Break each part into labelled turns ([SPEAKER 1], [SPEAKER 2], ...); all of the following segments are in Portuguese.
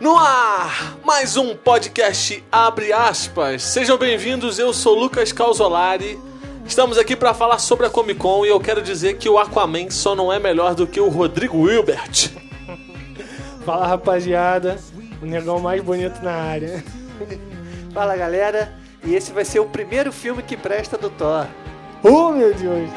[SPEAKER 1] No ar, mais um podcast Abre Aspas. Sejam bem-vindos, eu sou Lucas Calzolari. Estamos aqui para falar sobre a Comic Con e eu quero dizer que o Aquaman só não é melhor do que o Rodrigo Wilbert.
[SPEAKER 2] Fala rapaziada, o negão mais bonito na área.
[SPEAKER 3] Fala galera, e esse vai ser o primeiro filme que presta do Thor.
[SPEAKER 2] Oh meu Deus!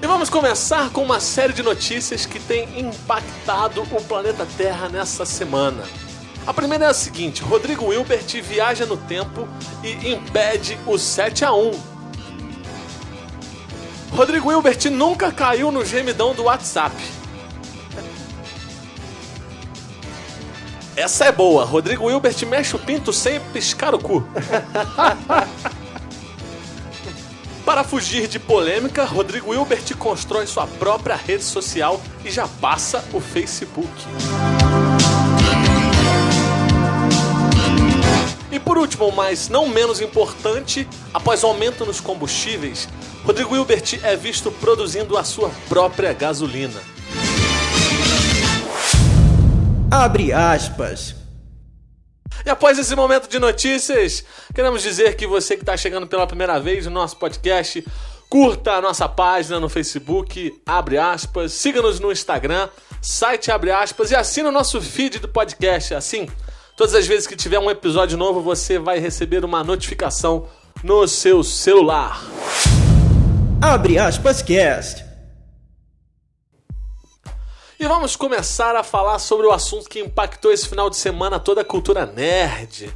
[SPEAKER 1] E vamos começar com uma série de notícias que tem impactado o planeta Terra nessa semana. A primeira é a seguinte: Rodrigo Wilbert viaja no tempo e impede o 7 a 1. Rodrigo Wilbert nunca caiu no gemidão do WhatsApp. Essa é boa. Rodrigo Wilbert mexe o pinto sem piscar o cu. Para fugir de polêmica, Rodrigo Hilbert constrói sua própria rede social e já passa o Facebook. E por último, mas não menos importante, após aumento nos combustíveis, Rodrigo Hilbert é visto produzindo a sua própria gasolina.
[SPEAKER 4] Abre aspas.
[SPEAKER 1] E após esse momento de notícias, queremos dizer que você que está chegando pela primeira vez no nosso podcast, curta a nossa página no Facebook, abre aspas, siga-nos no Instagram, site abre aspas e assina o nosso feed do podcast. Assim, todas as vezes que tiver um episódio novo, você vai receber uma notificação no seu celular.
[SPEAKER 4] Abre aspas cast.
[SPEAKER 1] E vamos começar a falar sobre o assunto que impactou esse final de semana toda a cultura nerd.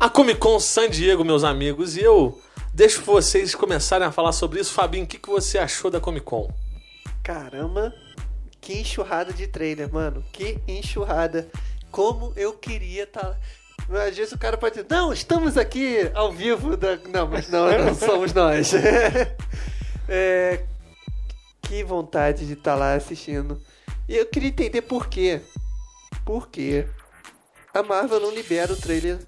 [SPEAKER 1] A Comic Con San Diego, meus amigos, e eu deixo vocês começarem a falar sobre isso. Fabinho, o que, que você achou da Comic Con?
[SPEAKER 3] Caramba, que enxurrada de trailer, mano. Que enxurrada. Como eu queria estar. Às vezes o cara pode dizer, não, estamos aqui ao vivo. Da... Não, mas não, não somos nós. É, que vontade de estar lá assistindo. E eu queria entender por quê. Por quê? A Marvel não libera o trailer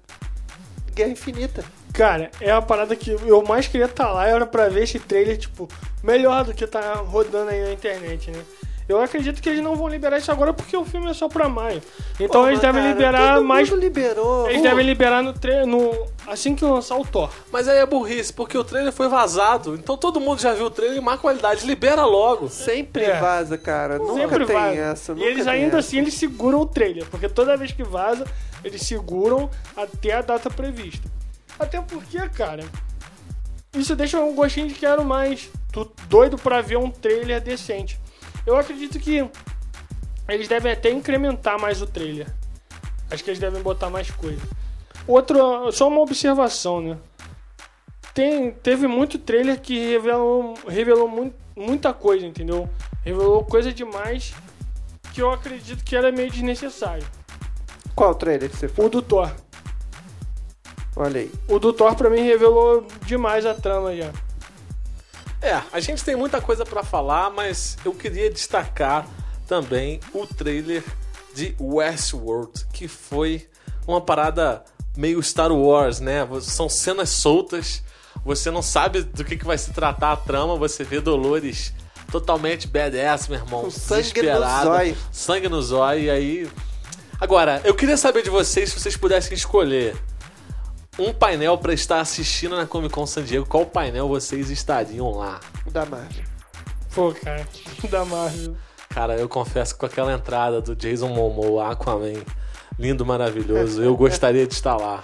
[SPEAKER 3] Guerra Infinita.
[SPEAKER 2] Cara, é a parada que eu mais queria estar lá, era pra ver esse trailer, tipo, melhor do que tá rodando aí na internet, né? Eu acredito que eles não vão liberar isso agora porque o filme é só pra maio. Então
[SPEAKER 3] Pô, mas,
[SPEAKER 2] eles devem
[SPEAKER 3] cara,
[SPEAKER 2] liberar
[SPEAKER 3] todo
[SPEAKER 2] mais.
[SPEAKER 3] mundo liberou.
[SPEAKER 2] Eles
[SPEAKER 3] Pô,
[SPEAKER 2] devem liberar no, tre... no. assim que lançar o Thor.
[SPEAKER 1] Mas aí é burrice, porque o trailer foi vazado, então todo mundo já viu o trailer em má qualidade, libera logo.
[SPEAKER 3] Sempre
[SPEAKER 2] É.
[SPEAKER 3] vaza, cara. Nunca
[SPEAKER 2] Sempre
[SPEAKER 3] tem
[SPEAKER 2] vaza.
[SPEAKER 3] essa.
[SPEAKER 2] E
[SPEAKER 3] nunca
[SPEAKER 2] eles
[SPEAKER 3] tem essa.
[SPEAKER 2] ainda assim eles seguram o trailer, porque toda vez que vaza, eles seguram até a data prevista. Até porque, cara, isso deixa um gostinho de quero mais. Tô doido pra ver um trailer decente. Eu acredito que eles devem até incrementar mais o trailer. Acho que eles devem botar mais coisa. Outro, só uma observação, né? Tem, teve muito trailer que revelou, revelou mu- muita coisa, entendeu? Revelou coisa demais que eu acredito que era meio desnecessário.
[SPEAKER 3] Qual trailer que você foi?
[SPEAKER 2] O do Thor.
[SPEAKER 3] Olha aí.
[SPEAKER 2] O do Thor pra mim revelou demais a trama já.
[SPEAKER 1] É, a gente tem muita coisa pra falar, mas eu queria destacar também o trailer de Westworld, que foi uma parada meio Star Wars, né? São cenas soltas, você não sabe do que, que vai se tratar a trama, você vê Dolores totalmente badass, meu irmão.
[SPEAKER 3] Com sangue no
[SPEAKER 1] desesperada,
[SPEAKER 3] zóio.
[SPEAKER 1] Sangue no zóio, e aí... Agora, eu queria saber de vocês, se vocês pudessem escolher um painel pra estar assistindo na Comic Con San Diego, qual painel vocês estariam lá?
[SPEAKER 3] O da Marvel.
[SPEAKER 2] Pô, cara, da Marvel.
[SPEAKER 1] Cara, eu confesso que com aquela entrada do Jason Momoa, Aquaman, lindo, maravilhoso, eu gostaria de estar lá.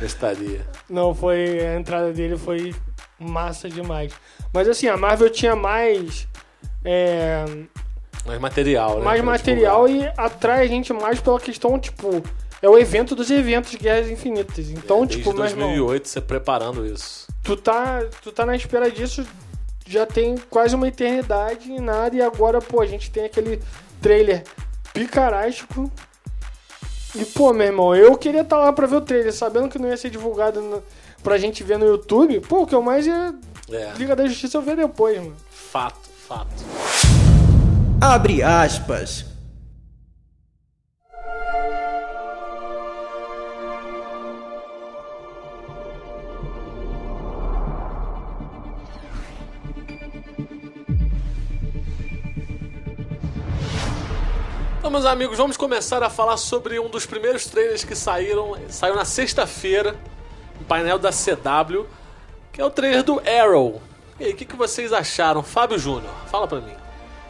[SPEAKER 1] gostaria.
[SPEAKER 2] Não, foi. A entrada dele foi massa demais. Mas assim, a Marvel tinha mais. É,
[SPEAKER 1] Mais material, né?
[SPEAKER 2] mais
[SPEAKER 1] pra
[SPEAKER 2] material
[SPEAKER 1] divulgar.
[SPEAKER 2] e atrai a gente mais pela questão, tipo, é o evento dos eventos Guerras Infinitas. Então,
[SPEAKER 1] É, Desde
[SPEAKER 2] tipo, meu irmão,
[SPEAKER 1] 2008 você preparando isso.
[SPEAKER 2] tu tá, tu tá na espera disso já tem quase uma eternidade e nada. E agora, pô, a gente tem aquele trailer picarástico. E, pô, meu irmão, eu queria estar lá pra ver o trailer, sabendo que não ia ser divulgado no, pra gente ver no YouTube. Pô, o que eu mais ia.
[SPEAKER 1] É.
[SPEAKER 2] Liga da Justiça eu ver depois, mano.
[SPEAKER 1] Fato, fato.
[SPEAKER 4] Abre aspas.
[SPEAKER 1] Então, meus amigos, vamos começar a falar sobre um dos primeiros trailers que saíram. Saiu na sexta-feira, no painel da CW, que é o trailer do Arrow. E aí, o que, que vocês acharam? Fábio Júnior, fala pra mim.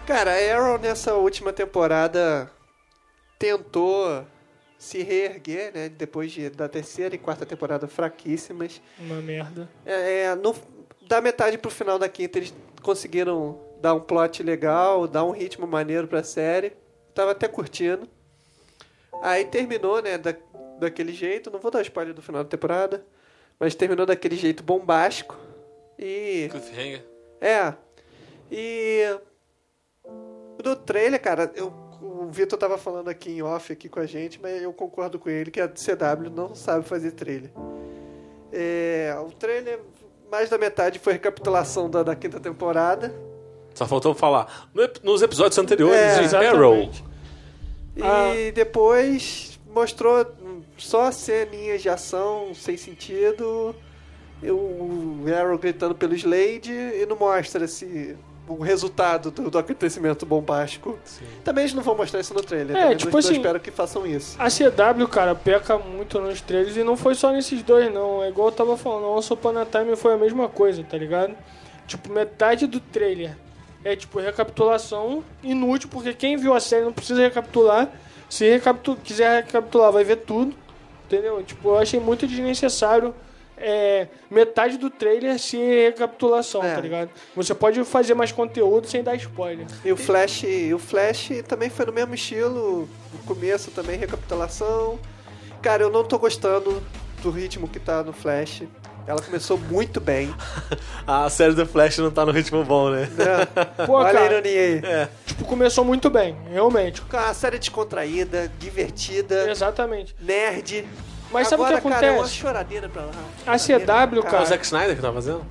[SPEAKER 3] Cara, a Arrow nessa última temporada tentou se reerguer, né? Depois de- da terceira e quarta temporada fraquíssimas.
[SPEAKER 2] Uma merda.
[SPEAKER 3] É, é, no- da metade pro final da quinta eles conseguiram dar um plot legal, dar um ritmo maneiro pra série. Tava até curtindo. Aí terminou, né, da, daquele jeito. Não vou dar spoiler do final da temporada, mas terminou daquele jeito bombástico. E.
[SPEAKER 1] Cliffhanger.
[SPEAKER 3] É. E. No trailer, cara, eu, o Vitor tava falando aqui em off aqui com a gente, mas eu concordo com ele que a CW não sabe fazer trailer. É, o trailer, mais da metade foi recapitulação da, da quinta temporada.
[SPEAKER 1] Só faltou falar. no ep- nos episódios anteriores,
[SPEAKER 3] É,
[SPEAKER 1] de Arrow.
[SPEAKER 2] exatamente.
[SPEAKER 3] E
[SPEAKER 2] Ah.
[SPEAKER 3] depois mostrou só ceninhas de ação sem sentido. e O Arrow gritando pelo Slade e não mostra se o resultado do, do acontecimento bombástico. Também eles não vão mostrar isso no trailer.
[SPEAKER 2] É,
[SPEAKER 3] também
[SPEAKER 2] tipo
[SPEAKER 3] não, não
[SPEAKER 2] assim-
[SPEAKER 3] espero que façam isso.
[SPEAKER 2] A CW, cara, peca muito nos trailers e não foi só nesses dois, não. É igual eu tava falando, o Upon a Time foi a mesma coisa, tá ligado? Tipo, metade do trailer é, tipo, recapitulação inútil, porque quem viu a série não precisa recapitular. Se recapitu quiser recapitular, vai ver tudo, entendeu? Tipo, eu achei muito desnecessário é, metade do trailer ser recapitulação,
[SPEAKER 3] É.
[SPEAKER 2] tá ligado? Você pode fazer mais conteúdo sem dar spoiler.
[SPEAKER 3] E o Flash, e o Flash também foi no mesmo estilo, no começo também recapitulação. Cara, eu não tô gostando do ritmo que tá no Flash. Ela começou muito bem.
[SPEAKER 1] A série do Flash não tá no ritmo bom, né?
[SPEAKER 3] né?
[SPEAKER 2] Pô,
[SPEAKER 3] Olha a
[SPEAKER 2] cara.
[SPEAKER 3] ironia aí.
[SPEAKER 2] Tipo, começou muito bem, realmente.
[SPEAKER 3] Com a série descontraída, divertida,
[SPEAKER 2] Exatamente.
[SPEAKER 3] nerd.
[SPEAKER 2] Mas sabe o
[SPEAKER 3] Agora,
[SPEAKER 2] que
[SPEAKER 3] Cara, é uma
[SPEAKER 2] acontece?
[SPEAKER 3] choradeira pra lá.
[SPEAKER 2] A CW,
[SPEAKER 1] É o
[SPEAKER 2] cara,
[SPEAKER 1] Zack Snyder que tá fazendo?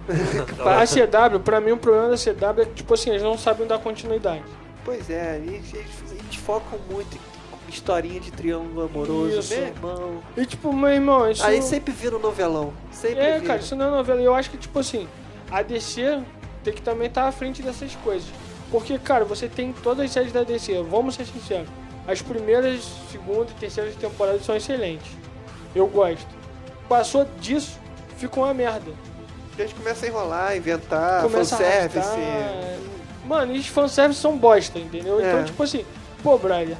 [SPEAKER 2] a CW, pra mim, o problema da CW é que, tipo assim, eles não sabem dar continuidade.
[SPEAKER 3] Pois é, eles, eles- eles focam muito em historinha de triângulo amoroso.
[SPEAKER 2] Isso.
[SPEAKER 3] Meu irmão.
[SPEAKER 2] E, tipo, meu irmão, isso...
[SPEAKER 3] Aí sempre vira um novelão. Sempre
[SPEAKER 2] É,
[SPEAKER 3] vira.
[SPEAKER 2] cara, isso não é novela. E eu acho que, tipo assim, a DC tem que também estar à frente dessas coisas. Porque, cara, você tem todas as séries da DC, vamos ser sinceros. As primeiras, segunda e terceira temporadas são excelentes. Eu gosto. Passou disso, ficou uma merda.
[SPEAKER 3] A gente começa a enrolar, inventar,
[SPEAKER 2] começa a
[SPEAKER 3] Ah, fanservice.
[SPEAKER 2] arrastar. é. Mano, e os fanservice são bosta, entendeu?
[SPEAKER 3] É.
[SPEAKER 2] Então, tipo assim, pô, Brian,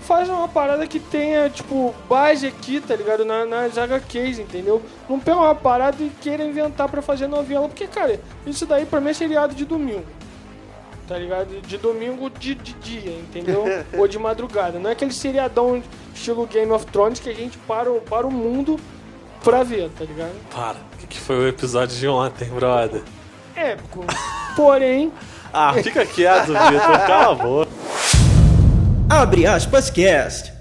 [SPEAKER 2] faz uma parada que tenha, tipo, base aqui, tá ligado? Na, nas HQs, entendeu? Não pega uma parada e queira inventar pra fazer novela, porque, cara, isso daí pra mim é seriado de domingo. Tá ligado? De domingo de, de dia, entendeu? Ou de madrugada. Não é aquele seriadão estilo Game of Thrones que a gente para, o- para o mundo pra ver, tá ligado?
[SPEAKER 1] Para. O que, que foi o episódio de ontem, brother?
[SPEAKER 2] Épico. É, Porém,
[SPEAKER 1] Ah, fica quieto, Vitor. Cala a boca.
[SPEAKER 4] Abre aspas cast.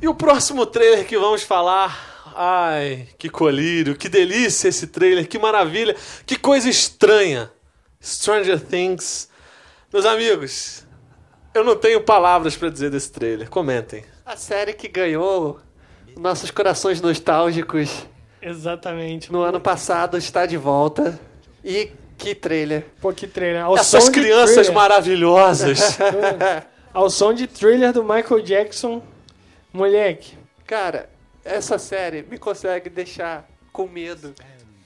[SPEAKER 1] E o próximo trailer que vamos falar. Ai, que colírio, que delícia esse trailer, que maravilha, que coisa estranha. Stranger Things. Meus amigos, eu não tenho palavras pra dizer desse trailer. Comentem.
[SPEAKER 3] A série que ganhou nossos corações nostálgicos
[SPEAKER 2] Exatamente.
[SPEAKER 3] no ano passado está de volta. E que trailer.
[SPEAKER 2] Pô, que trailer. Ao
[SPEAKER 1] Essas
[SPEAKER 2] som Tá de
[SPEAKER 1] É, crianças
[SPEAKER 2] thriller.
[SPEAKER 1] maravilhosas.
[SPEAKER 2] Ao som de thriller do Michael Jackson. Moleque.
[SPEAKER 3] Cara, essa série me consegue deixar com medo.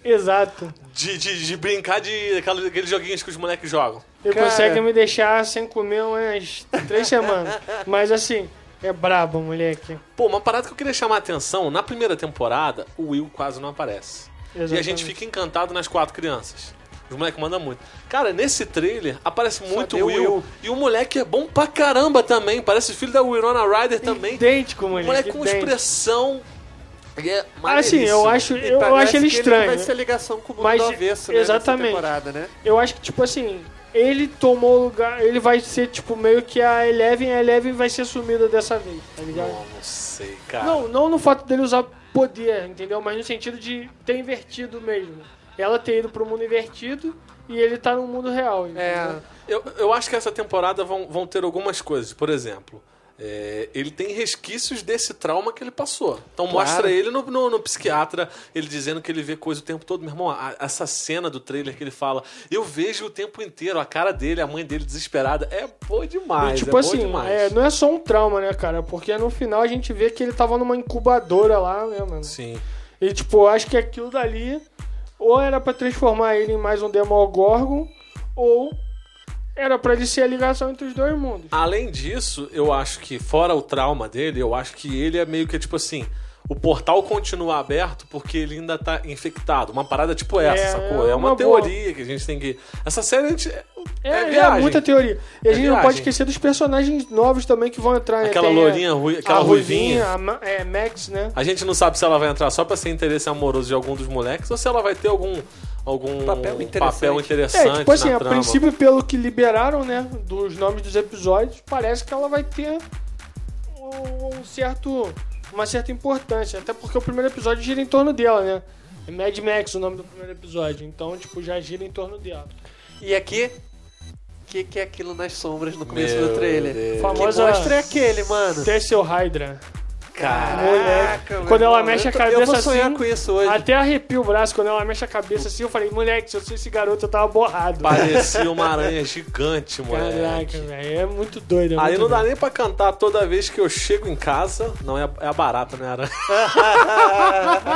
[SPEAKER 2] Exato.
[SPEAKER 1] De, de, de brincar de aquela- aqueles joguinhos que os moleques jogam.
[SPEAKER 2] Ele
[SPEAKER 3] Cara.
[SPEAKER 2] consegue me deixar sem comer umas três semanas. Mas assim, é brabo, moleque.
[SPEAKER 1] Pô, uma parada que eu queria chamar a atenção, na primeira temporada, o Will quase não aparece. E a gente
[SPEAKER 2] Exatamente.
[SPEAKER 1] fica encantado nas quatro crianças. Os moleques mandam muito. Cara, nesse trailer aparece muito
[SPEAKER 3] deu
[SPEAKER 1] Will,
[SPEAKER 3] Will.
[SPEAKER 1] E o moleque é bom pra caramba também. Parece filho da Winona Ryder também.
[SPEAKER 2] Idêntico,
[SPEAKER 1] O
[SPEAKER 2] moleque.
[SPEAKER 1] moleque com
[SPEAKER 2] idêntico.
[SPEAKER 1] expressão. E é
[SPEAKER 2] Assim, eu
[SPEAKER 1] maneiríssimo.
[SPEAKER 2] acho,
[SPEAKER 3] E
[SPEAKER 2] eu, eu
[SPEAKER 3] parece
[SPEAKER 2] acho ele
[SPEAKER 3] que
[SPEAKER 2] estranho. né?
[SPEAKER 3] vai ser a ligação com o mundo
[SPEAKER 2] Mas-
[SPEAKER 3] do avesso, né, nessa
[SPEAKER 2] exatamente.
[SPEAKER 3] temporada, né?
[SPEAKER 2] Eu acho que, tipo assim, ele tomou o lugar. Ele vai ser, tipo, meio que a Eleven, a Eleven vai ser sumida dessa vez, tá ligado?
[SPEAKER 1] Não, não sei, cara.
[SPEAKER 2] Não, não no fato dele usar poder, entendeu? Mas no sentido de ter invertido mesmo. Ela ter ido pro mundo invertido e ele tá no mundo real.
[SPEAKER 3] É.
[SPEAKER 2] entendeu?
[SPEAKER 1] Eu, eu acho que essa temporada vão, vão ter algumas coisas. Por exemplo, é, ele tem resquícios desse trauma que ele passou. Então mostra ele no, no- no psiquiatra, ele dizendo que ele vê coisa o tempo todo. Meu irmão, a- essa cena do trailer que ele fala, eu vejo o tempo inteiro a cara dele, a mãe dele desesperada. É boa demais,
[SPEAKER 2] E,
[SPEAKER 1] é
[SPEAKER 2] tipo
[SPEAKER 1] boa
[SPEAKER 2] assim,
[SPEAKER 1] demais.
[SPEAKER 2] é, não é só um trauma, né, cara? Porque no final a gente vê que ele tava numa incubadora lá, né, mano?
[SPEAKER 1] Sim.
[SPEAKER 2] E, tipo, eu acho que aquilo dali ou era pra transformar ele em mais um Demogorgon ou era pra ele ser a ligação entre os dois mundos.
[SPEAKER 1] Além disso, eu acho que, fora o trauma dele, eu acho que ele é meio que tipo assim. O portal continua aberto porque ele ainda tá infectado. Uma parada tipo essa,
[SPEAKER 2] É,
[SPEAKER 1] sacou? É uma,
[SPEAKER 2] uma boa.
[SPEAKER 1] teoria que a gente tem que. Essa série a gente. É,
[SPEAKER 2] É,
[SPEAKER 1] é
[SPEAKER 2] é,
[SPEAKER 1] viagem.
[SPEAKER 2] muita teoria. E
[SPEAKER 1] É
[SPEAKER 2] a gente não pode
[SPEAKER 1] viagem.
[SPEAKER 2] esquecer dos personagens novos também que vão entrar. né?
[SPEAKER 1] Aquela
[SPEAKER 2] Tem a-
[SPEAKER 1] lourinha, rui- aquela
[SPEAKER 2] a
[SPEAKER 1] ruivinha.
[SPEAKER 2] a Ma- é, Max, né?
[SPEAKER 1] A gente não sabe se ela vai entrar só pra ser interesse amoroso de algum dos moleques ou se ela vai ter algum. algum
[SPEAKER 3] Papel interessante.
[SPEAKER 1] papel
[SPEAKER 3] É,
[SPEAKER 1] interessante
[SPEAKER 2] É, tipo assim,
[SPEAKER 1] na
[SPEAKER 2] a
[SPEAKER 1] trama.
[SPEAKER 2] princípio, pelo que liberaram, né, dos nomes dos episódios, parece que ela vai ter um, um certo, uma certa importância. Até porque o primeiro episódio gira em torno dela, né? É Mad Max o nome do primeiro episódio. Então, tipo, já gira em torno dela.
[SPEAKER 3] E aqui, o que, que é aquilo nas sombras no começo
[SPEAKER 1] Meu
[SPEAKER 3] do trailer?
[SPEAKER 1] Deus.
[SPEAKER 2] Famosa-
[SPEAKER 3] Que monstro é aquele, mano?
[SPEAKER 2] Tessel Hydra.
[SPEAKER 3] Caraca,
[SPEAKER 2] Moleque.
[SPEAKER 3] meu
[SPEAKER 2] Quando ela
[SPEAKER 3] irmão,
[SPEAKER 2] mexe
[SPEAKER 3] eu
[SPEAKER 2] a
[SPEAKER 3] tô-
[SPEAKER 2] cabeça
[SPEAKER 3] Eu vou sonhar
[SPEAKER 2] assim,
[SPEAKER 3] com isso hoje.
[SPEAKER 2] Até arrepia o braço quando ela mexe a cabeça assim. Eu falei, moleque, se eu sou esse garoto, eu tava borrado.
[SPEAKER 1] Parecia uma aranha gigante, moleque.
[SPEAKER 2] Caraca, velho. É muito doido. é
[SPEAKER 1] Aí
[SPEAKER 2] muito
[SPEAKER 1] não dá
[SPEAKER 2] doido.
[SPEAKER 1] nem pra cantar toda vez que eu chego em casa. Não, é a, é a barata, né, aranha?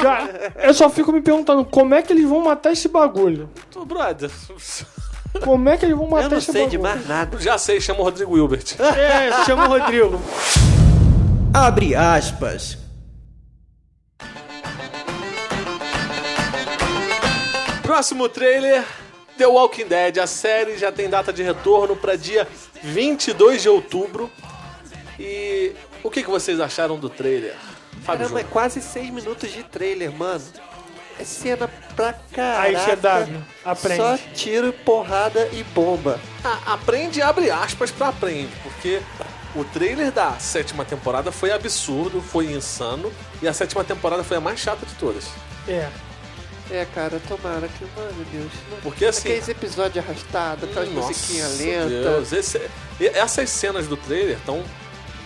[SPEAKER 2] Cara, eu só fico me perguntando como é que eles vão matar esse bagulho.
[SPEAKER 1] Tô, brother.
[SPEAKER 2] Como é que eles vão matar
[SPEAKER 3] Eu não
[SPEAKER 2] esse
[SPEAKER 3] sei de
[SPEAKER 2] bagulho?
[SPEAKER 3] mais nada.
[SPEAKER 1] Já sei, chama o Rodrigo Wilbert.
[SPEAKER 2] É, se chama o Rodrigo.
[SPEAKER 4] Abre aspas.
[SPEAKER 1] Próximo trailer: The Walking Dead. A série já tem data de retorno pra dia 22 de outubro. E o que, que vocês acharam do trailer? Fábio
[SPEAKER 3] Caramba, é
[SPEAKER 1] Júnior.
[SPEAKER 3] quase seis minutos de trailer, mano. É cena pra
[SPEAKER 2] Aí,
[SPEAKER 3] caraca.
[SPEAKER 2] CW, aprende.
[SPEAKER 3] Só tiro, porrada e bomba.
[SPEAKER 1] A- ah, aprende, abre aspas pra aprende, porque o trailer da sétima temporada foi absurdo, foi insano, e a sétima temporada foi a mais chata de todas.
[SPEAKER 2] É.
[SPEAKER 3] É, cara, tomara que, mano, meu Deus. não-
[SPEAKER 1] Porque assim. Hum,
[SPEAKER 3] Aqueles episódios arrastados, aquelas musiquinhas lentas.
[SPEAKER 1] Deus, esse- e- essas cenas do trailer estão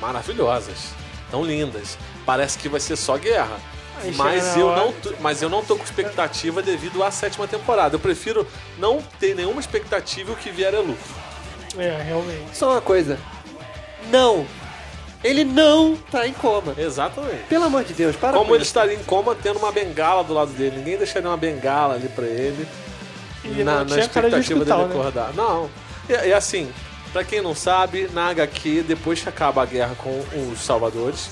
[SPEAKER 1] maravilhosas, tão lindas. Parece que vai ser só guerra.
[SPEAKER 2] Aí chega
[SPEAKER 1] Mas
[SPEAKER 2] na
[SPEAKER 1] eu,
[SPEAKER 2] hora.
[SPEAKER 1] não tô, mas eu não tô com expectativa devido à sétima temporada. Eu prefiro não ter nenhuma expectativa e o que vier é lucro.
[SPEAKER 2] É, realmente.
[SPEAKER 3] Só uma coisa. Não. Ele não tá em coma.
[SPEAKER 1] Exatamente.
[SPEAKER 3] Pelo amor de Deus, para
[SPEAKER 1] Como
[SPEAKER 3] com
[SPEAKER 1] ele
[SPEAKER 3] isso.
[SPEAKER 1] estaria em coma tendo uma bengala do lado dele. Ninguém deixaria uma bengala ali pra ele.
[SPEAKER 2] E
[SPEAKER 1] na, na
[SPEAKER 2] não tinha cara de
[SPEAKER 1] expectativa
[SPEAKER 2] hospital,
[SPEAKER 1] dele
[SPEAKER 2] né?
[SPEAKER 1] acordar. Não. E, e assim, pra quem não sabe, na HQ, depois que acaba a guerra com os Salvadores,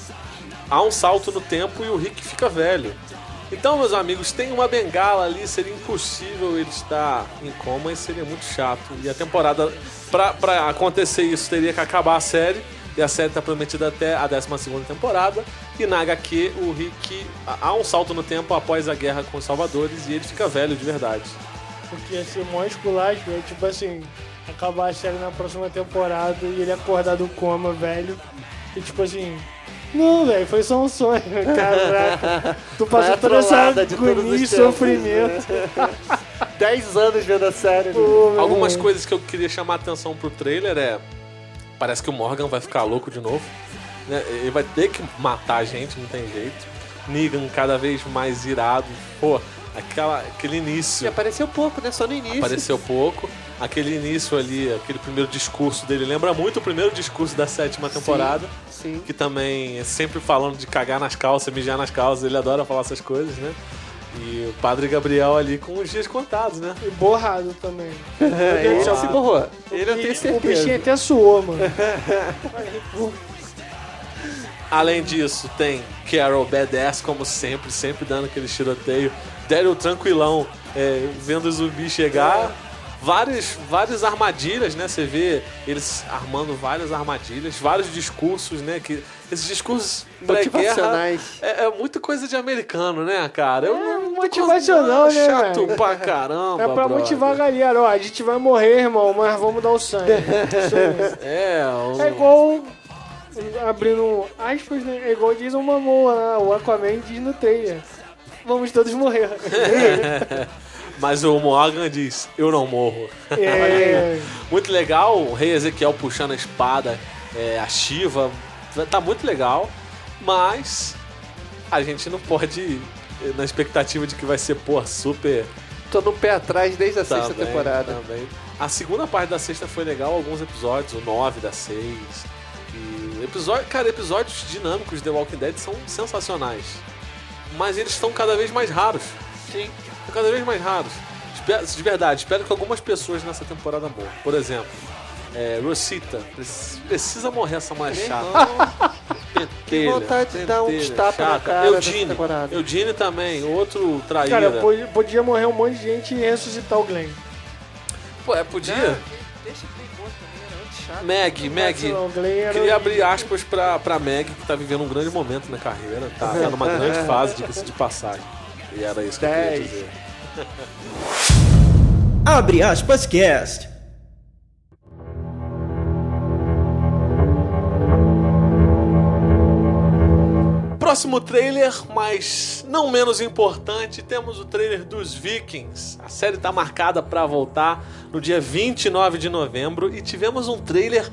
[SPEAKER 1] há um salto no tempo e o Rick fica velho. Então, meus amigos, tem uma bengala ali, seria impossível ele estar em coma e seria muito chato. E a temporada, pra, pra acontecer isso, teria que acabar a série. E a série tá prometida até a 12 temporada. E na HQ, o Rick. Há um salto no tempo após a guerra com os Salvadores e ele fica velho de verdade.
[SPEAKER 2] Porque ia ser mó esculacho, é tipo assim, acabar a série na próxima temporada e ele acordar do coma, velho. E tipo assim, não, velho, foi só um sonho. Caraca, tu
[SPEAKER 3] Foi
[SPEAKER 2] passou
[SPEAKER 3] a
[SPEAKER 2] toda essa
[SPEAKER 3] trollada de todos
[SPEAKER 2] agonia e
[SPEAKER 3] os tempos, né?
[SPEAKER 2] sofrimento.
[SPEAKER 3] 10 anos vendo a série.
[SPEAKER 2] Pô, meu
[SPEAKER 1] Algumas
[SPEAKER 2] irmão.
[SPEAKER 1] coisas que eu queria chamar a atenção pro trailer é. Parece que o Morgan vai ficar louco de novo. né? Ele vai ter que matar a gente, não tem jeito. Negan cada vez mais irado. Pô, aquela, aquele
[SPEAKER 3] E
[SPEAKER 1] início
[SPEAKER 3] apareceu pouco, né? Só no início.
[SPEAKER 1] apareceu pouco. Aquele início ali, aquele primeiro discurso dele, lembra muito o primeiro discurso da sétima temporada.
[SPEAKER 3] Sim.
[SPEAKER 1] Que também é sempre falando de cagar nas calças, mijar nas calças, ele adora falar essas coisas, né? E o Padre Gabriel ali com os dias contados, né?
[SPEAKER 2] E borrado também.
[SPEAKER 3] É,
[SPEAKER 2] Deus
[SPEAKER 3] ele
[SPEAKER 2] do céu,
[SPEAKER 3] se
[SPEAKER 2] se
[SPEAKER 3] borrou. um Ele eu tenho
[SPEAKER 2] O bichinho
[SPEAKER 3] certeza.
[SPEAKER 2] até suou, mano.
[SPEAKER 1] Além disso, tem Carol Badass, como sempre, sempre dando aquele tiroteio. Daryl tranquilão, é, vendo o zumbi chegar. Várias, várias armadilhas, né? Você vê eles armando várias armadilhas, vários discursos, né? Que, esses discursos pré-guerra
[SPEAKER 3] Motivacionais.
[SPEAKER 1] é, é muita coisa de americano, né, cara? Eu não- não
[SPEAKER 2] É, motivacional,
[SPEAKER 1] gosto,
[SPEAKER 2] né,
[SPEAKER 1] Chato
[SPEAKER 2] velho?
[SPEAKER 1] pra caramba,
[SPEAKER 2] É pra
[SPEAKER 1] brother.
[SPEAKER 2] motivar a galera, ó, a gente vai morrer, irmão, mas vamos dar o sangue. Isso aí.
[SPEAKER 1] É, um-
[SPEAKER 2] É igual, abrindo aspas, né? é igual diz uma moa lá, o Aquaman diz no trailer. Vamos todos morrer.
[SPEAKER 1] Mas o Morgan diz, eu não morro.
[SPEAKER 2] É,
[SPEAKER 1] Muito legal, o Rei Ezequiel puxando a espada, é, a Shiva, tá muito legal, mas a gente não pode ir na expectativa de que vai ser, pô, super.
[SPEAKER 3] Tô no pé atrás desde a
[SPEAKER 1] Também,
[SPEAKER 3] sexta temporada.
[SPEAKER 1] Também. A segunda parte da sexta foi legal, alguns episódios, o 9 da 6. E episódio, cara, episódios dinâmicos de The Walking Dead são sensacionais. Mas eles estão cada vez mais raros.
[SPEAKER 3] Sim.
[SPEAKER 1] Estão cada vez mais raros. Espero- De verdade, espero que algumas pessoas nessa temporada morram. Por exemplo, é, Rosita. preci- Precisa morrer essa mulher chata.
[SPEAKER 3] Que
[SPEAKER 1] Pentelha,
[SPEAKER 3] vontade de dar uns
[SPEAKER 1] pentelha,
[SPEAKER 3] tapas na
[SPEAKER 1] chata.
[SPEAKER 3] cara dessa
[SPEAKER 1] Eudine.
[SPEAKER 3] temporada.
[SPEAKER 1] Eudine também, outro traíra.
[SPEAKER 2] cara, po- podia morrer um monte de gente e ressuscitar o Glenn.
[SPEAKER 1] Pô, é, podia.
[SPEAKER 3] Deixa o Playboy também, era muito chato.
[SPEAKER 1] Meg, Meg.
[SPEAKER 2] Não, o Glenn era um
[SPEAKER 1] Queria
[SPEAKER 2] o-
[SPEAKER 1] abrir aspas pra, pra Meg, que tá vivendo um grande momento na carreira, tá, tá numa grande fase, diga-se de passagem. E era isso que eu queria
[SPEAKER 3] Dez.
[SPEAKER 1] dizer.
[SPEAKER 4] Abre aspas cast.
[SPEAKER 1] Próximo trailer, mas não menos importante, temos o trailer dos Vikings. A série tá marcada pra voltar no dia 29 de novembro e tivemos um trailer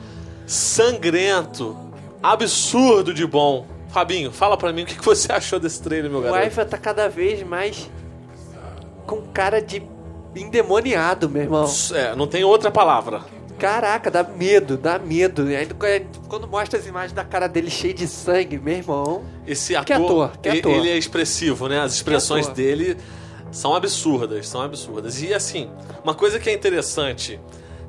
[SPEAKER 1] sangrento, absurdo de bom. Fabinho, fala pra mim o que que você achou desse trailer, meu
[SPEAKER 3] O
[SPEAKER 1] garoto.
[SPEAKER 3] Aifa tá cada vez mais com cara de endemoniado, meu irmão.
[SPEAKER 1] É, não tem outra palavra.
[SPEAKER 3] Caraca, dá medo, dá medo. E aí, quando mostra as imagens da cara dele cheia de sangue, meu irmão.
[SPEAKER 1] Esse ator,
[SPEAKER 3] Que ator, que
[SPEAKER 1] e-
[SPEAKER 3] ator.
[SPEAKER 1] ele é expressivo, né? As expressões
[SPEAKER 3] ator.
[SPEAKER 1] dele são absurdas, são absurdas. E assim, uma coisa que é interessante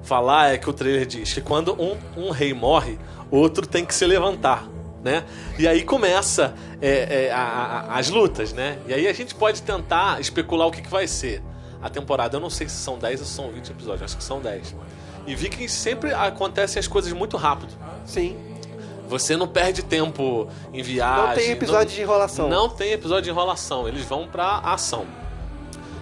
[SPEAKER 1] falar é que o trailer diz que quando um, um rei morre, outro tem que se levantar, né? E aí começa é, é, a- a- a- as lutas, né? E aí a gente pode tentar especular o que, que vai ser. A temporada, eu não sei se são 10 ou se são 20 episódios, acho que são 10. E Vikings sempre acontecem as coisas muito rápido.
[SPEAKER 3] Sim.
[SPEAKER 1] Você não perde tempo em viagem.
[SPEAKER 3] Não tem episódio de enrolação.
[SPEAKER 1] Ah, Não tem episódio de enrolação, eles vão pra ação.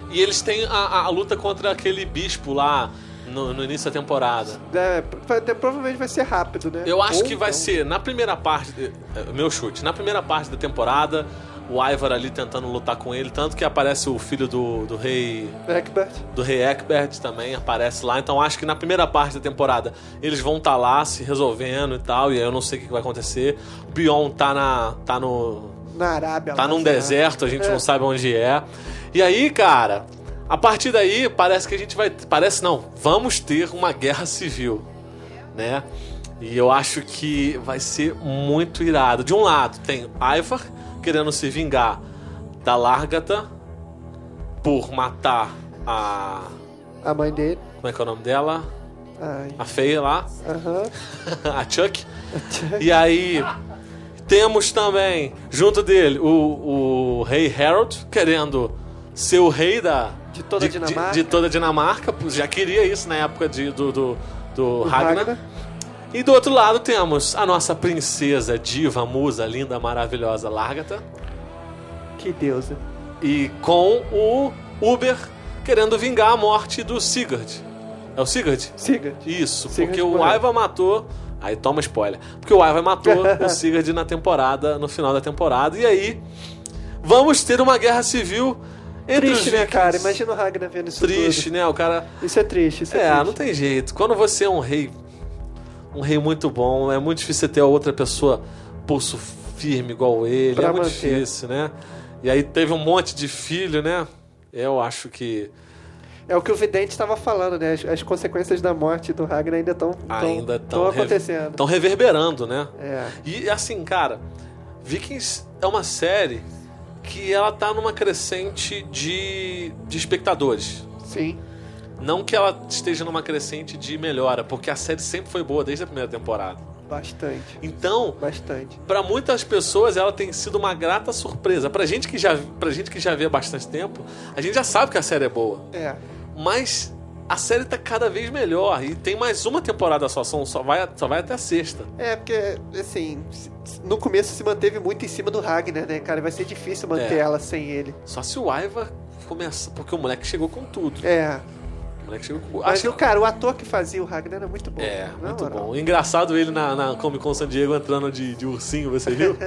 [SPEAKER 1] E eles têm a, a- a luta contra aquele bispo lá no, no início da temporada.
[SPEAKER 3] É, pra- até provavelmente vai ser rápido, né?
[SPEAKER 1] Eu acho
[SPEAKER 3] Ou
[SPEAKER 1] que vai
[SPEAKER 3] não.
[SPEAKER 1] ser, na primeira parte. eh, Meu chute, na primeira parte da temporada, o Ivar ali tentando lutar com ele, tanto que aparece o filho do, do rei.
[SPEAKER 3] Egbert.
[SPEAKER 1] Do Rei Eckbert também aparece lá, então acho que na primeira parte da temporada eles vão estar lá se resolvendo e tal, e aí eu não sei o que que vai acontecer. Bion tá, na, tá no,
[SPEAKER 3] Na Arábia.
[SPEAKER 1] Tá
[SPEAKER 3] lá,
[SPEAKER 1] num
[SPEAKER 3] sei lá.
[SPEAKER 1] deserto, a gente
[SPEAKER 3] É.
[SPEAKER 1] não sabe onde é. E aí, cara, a partir daí parece que a gente vai. Parece não, vamos ter uma guerra civil, né? E eu acho que vai ser muito irado. De um lado, tem Ivar querendo se vingar da Largata por matar a.
[SPEAKER 3] A mãe dele.
[SPEAKER 1] Como é que é o nome dela?
[SPEAKER 3] Ai.
[SPEAKER 1] A feia lá,
[SPEAKER 3] Aham.
[SPEAKER 1] a Chuck. E aí temos também, junto dele, o, o rei Harold, querendo ser o rei da,
[SPEAKER 3] De toda a Dinamarca.
[SPEAKER 1] De, toda a Dinamarca, pô, já queria isso na época de, do, do, do Ragnar.
[SPEAKER 3] Ragnar.
[SPEAKER 1] E do outro lado temos a nossa princesa, diva, musa, linda, maravilhosa, Largata.
[SPEAKER 3] Que deusa.
[SPEAKER 1] E com o Uber querendo vingar a morte do Sigurd. É o Sigurd?
[SPEAKER 3] Siga.
[SPEAKER 1] Isso,
[SPEAKER 3] Sigurd
[SPEAKER 1] porque o
[SPEAKER 3] morreu.
[SPEAKER 1] Aiva matou. Aí toma spoiler. Porque o Aiva matou o Sigurd na temporada, no final da temporada. E aí, vamos ter uma guerra civil entre os
[SPEAKER 3] Triste, né,
[SPEAKER 1] vikings.
[SPEAKER 3] cara? Imagina o Ragnar vendo isso
[SPEAKER 1] Triste, né? O cara.
[SPEAKER 3] tudo. Isso é triste, isso é,
[SPEAKER 1] É,
[SPEAKER 3] triste.
[SPEAKER 1] não tem jeito. Quando você é um rei, um rei muito bom, é muito difícil você ter outra pessoa pulso firme igual ele.
[SPEAKER 3] Pra
[SPEAKER 1] é muito
[SPEAKER 3] manter.
[SPEAKER 1] difícil, né? E aí teve um monte de filho, né? Eu acho que
[SPEAKER 3] É o que o Vidente estava falando, né? As, as consequências da morte do Ragnar ainda estão
[SPEAKER 1] ainda
[SPEAKER 3] estão
[SPEAKER 1] estão
[SPEAKER 3] acontecendo.
[SPEAKER 1] Estão reverberando, né?
[SPEAKER 3] É.
[SPEAKER 1] E assim, cara, Vikings é uma série que ela tá numa crescente de, de espectadores.
[SPEAKER 3] Sim.
[SPEAKER 1] Não que ela esteja numa crescente de melhora, porque a série sempre foi boa desde a primeira temporada.
[SPEAKER 3] Bastante.
[SPEAKER 1] Então,
[SPEAKER 3] Bastante.
[SPEAKER 1] Pra muitas pessoas ela tem sido uma grata surpresa. Pra gente que já, pra gente que já vê há bastante tempo, a gente já sabe que a série é boa,
[SPEAKER 3] É.
[SPEAKER 1] mas a série tá cada vez melhor e tem mais uma temporada só, são- só vai só vai até a sexta.
[SPEAKER 3] É, porque, assim, se- se- no começo se manteve muito em cima do Ragnar, né, cara? Vai ser difícil manter
[SPEAKER 1] É.
[SPEAKER 3] ela sem ele.
[SPEAKER 1] Só se o Ivar começa, porque o moleque chegou com tudo.
[SPEAKER 3] É.
[SPEAKER 1] O moleque chegou com
[SPEAKER 3] Mas, é
[SPEAKER 1] acho
[SPEAKER 3] o cara, o ator que fazia o Ragnar era muito bom. né,
[SPEAKER 1] É,
[SPEAKER 3] Na
[SPEAKER 1] muito
[SPEAKER 3] moral.
[SPEAKER 1] bom. Engraçado ele na, na Comic Con San Diego entrando de, de ursinho, você viu?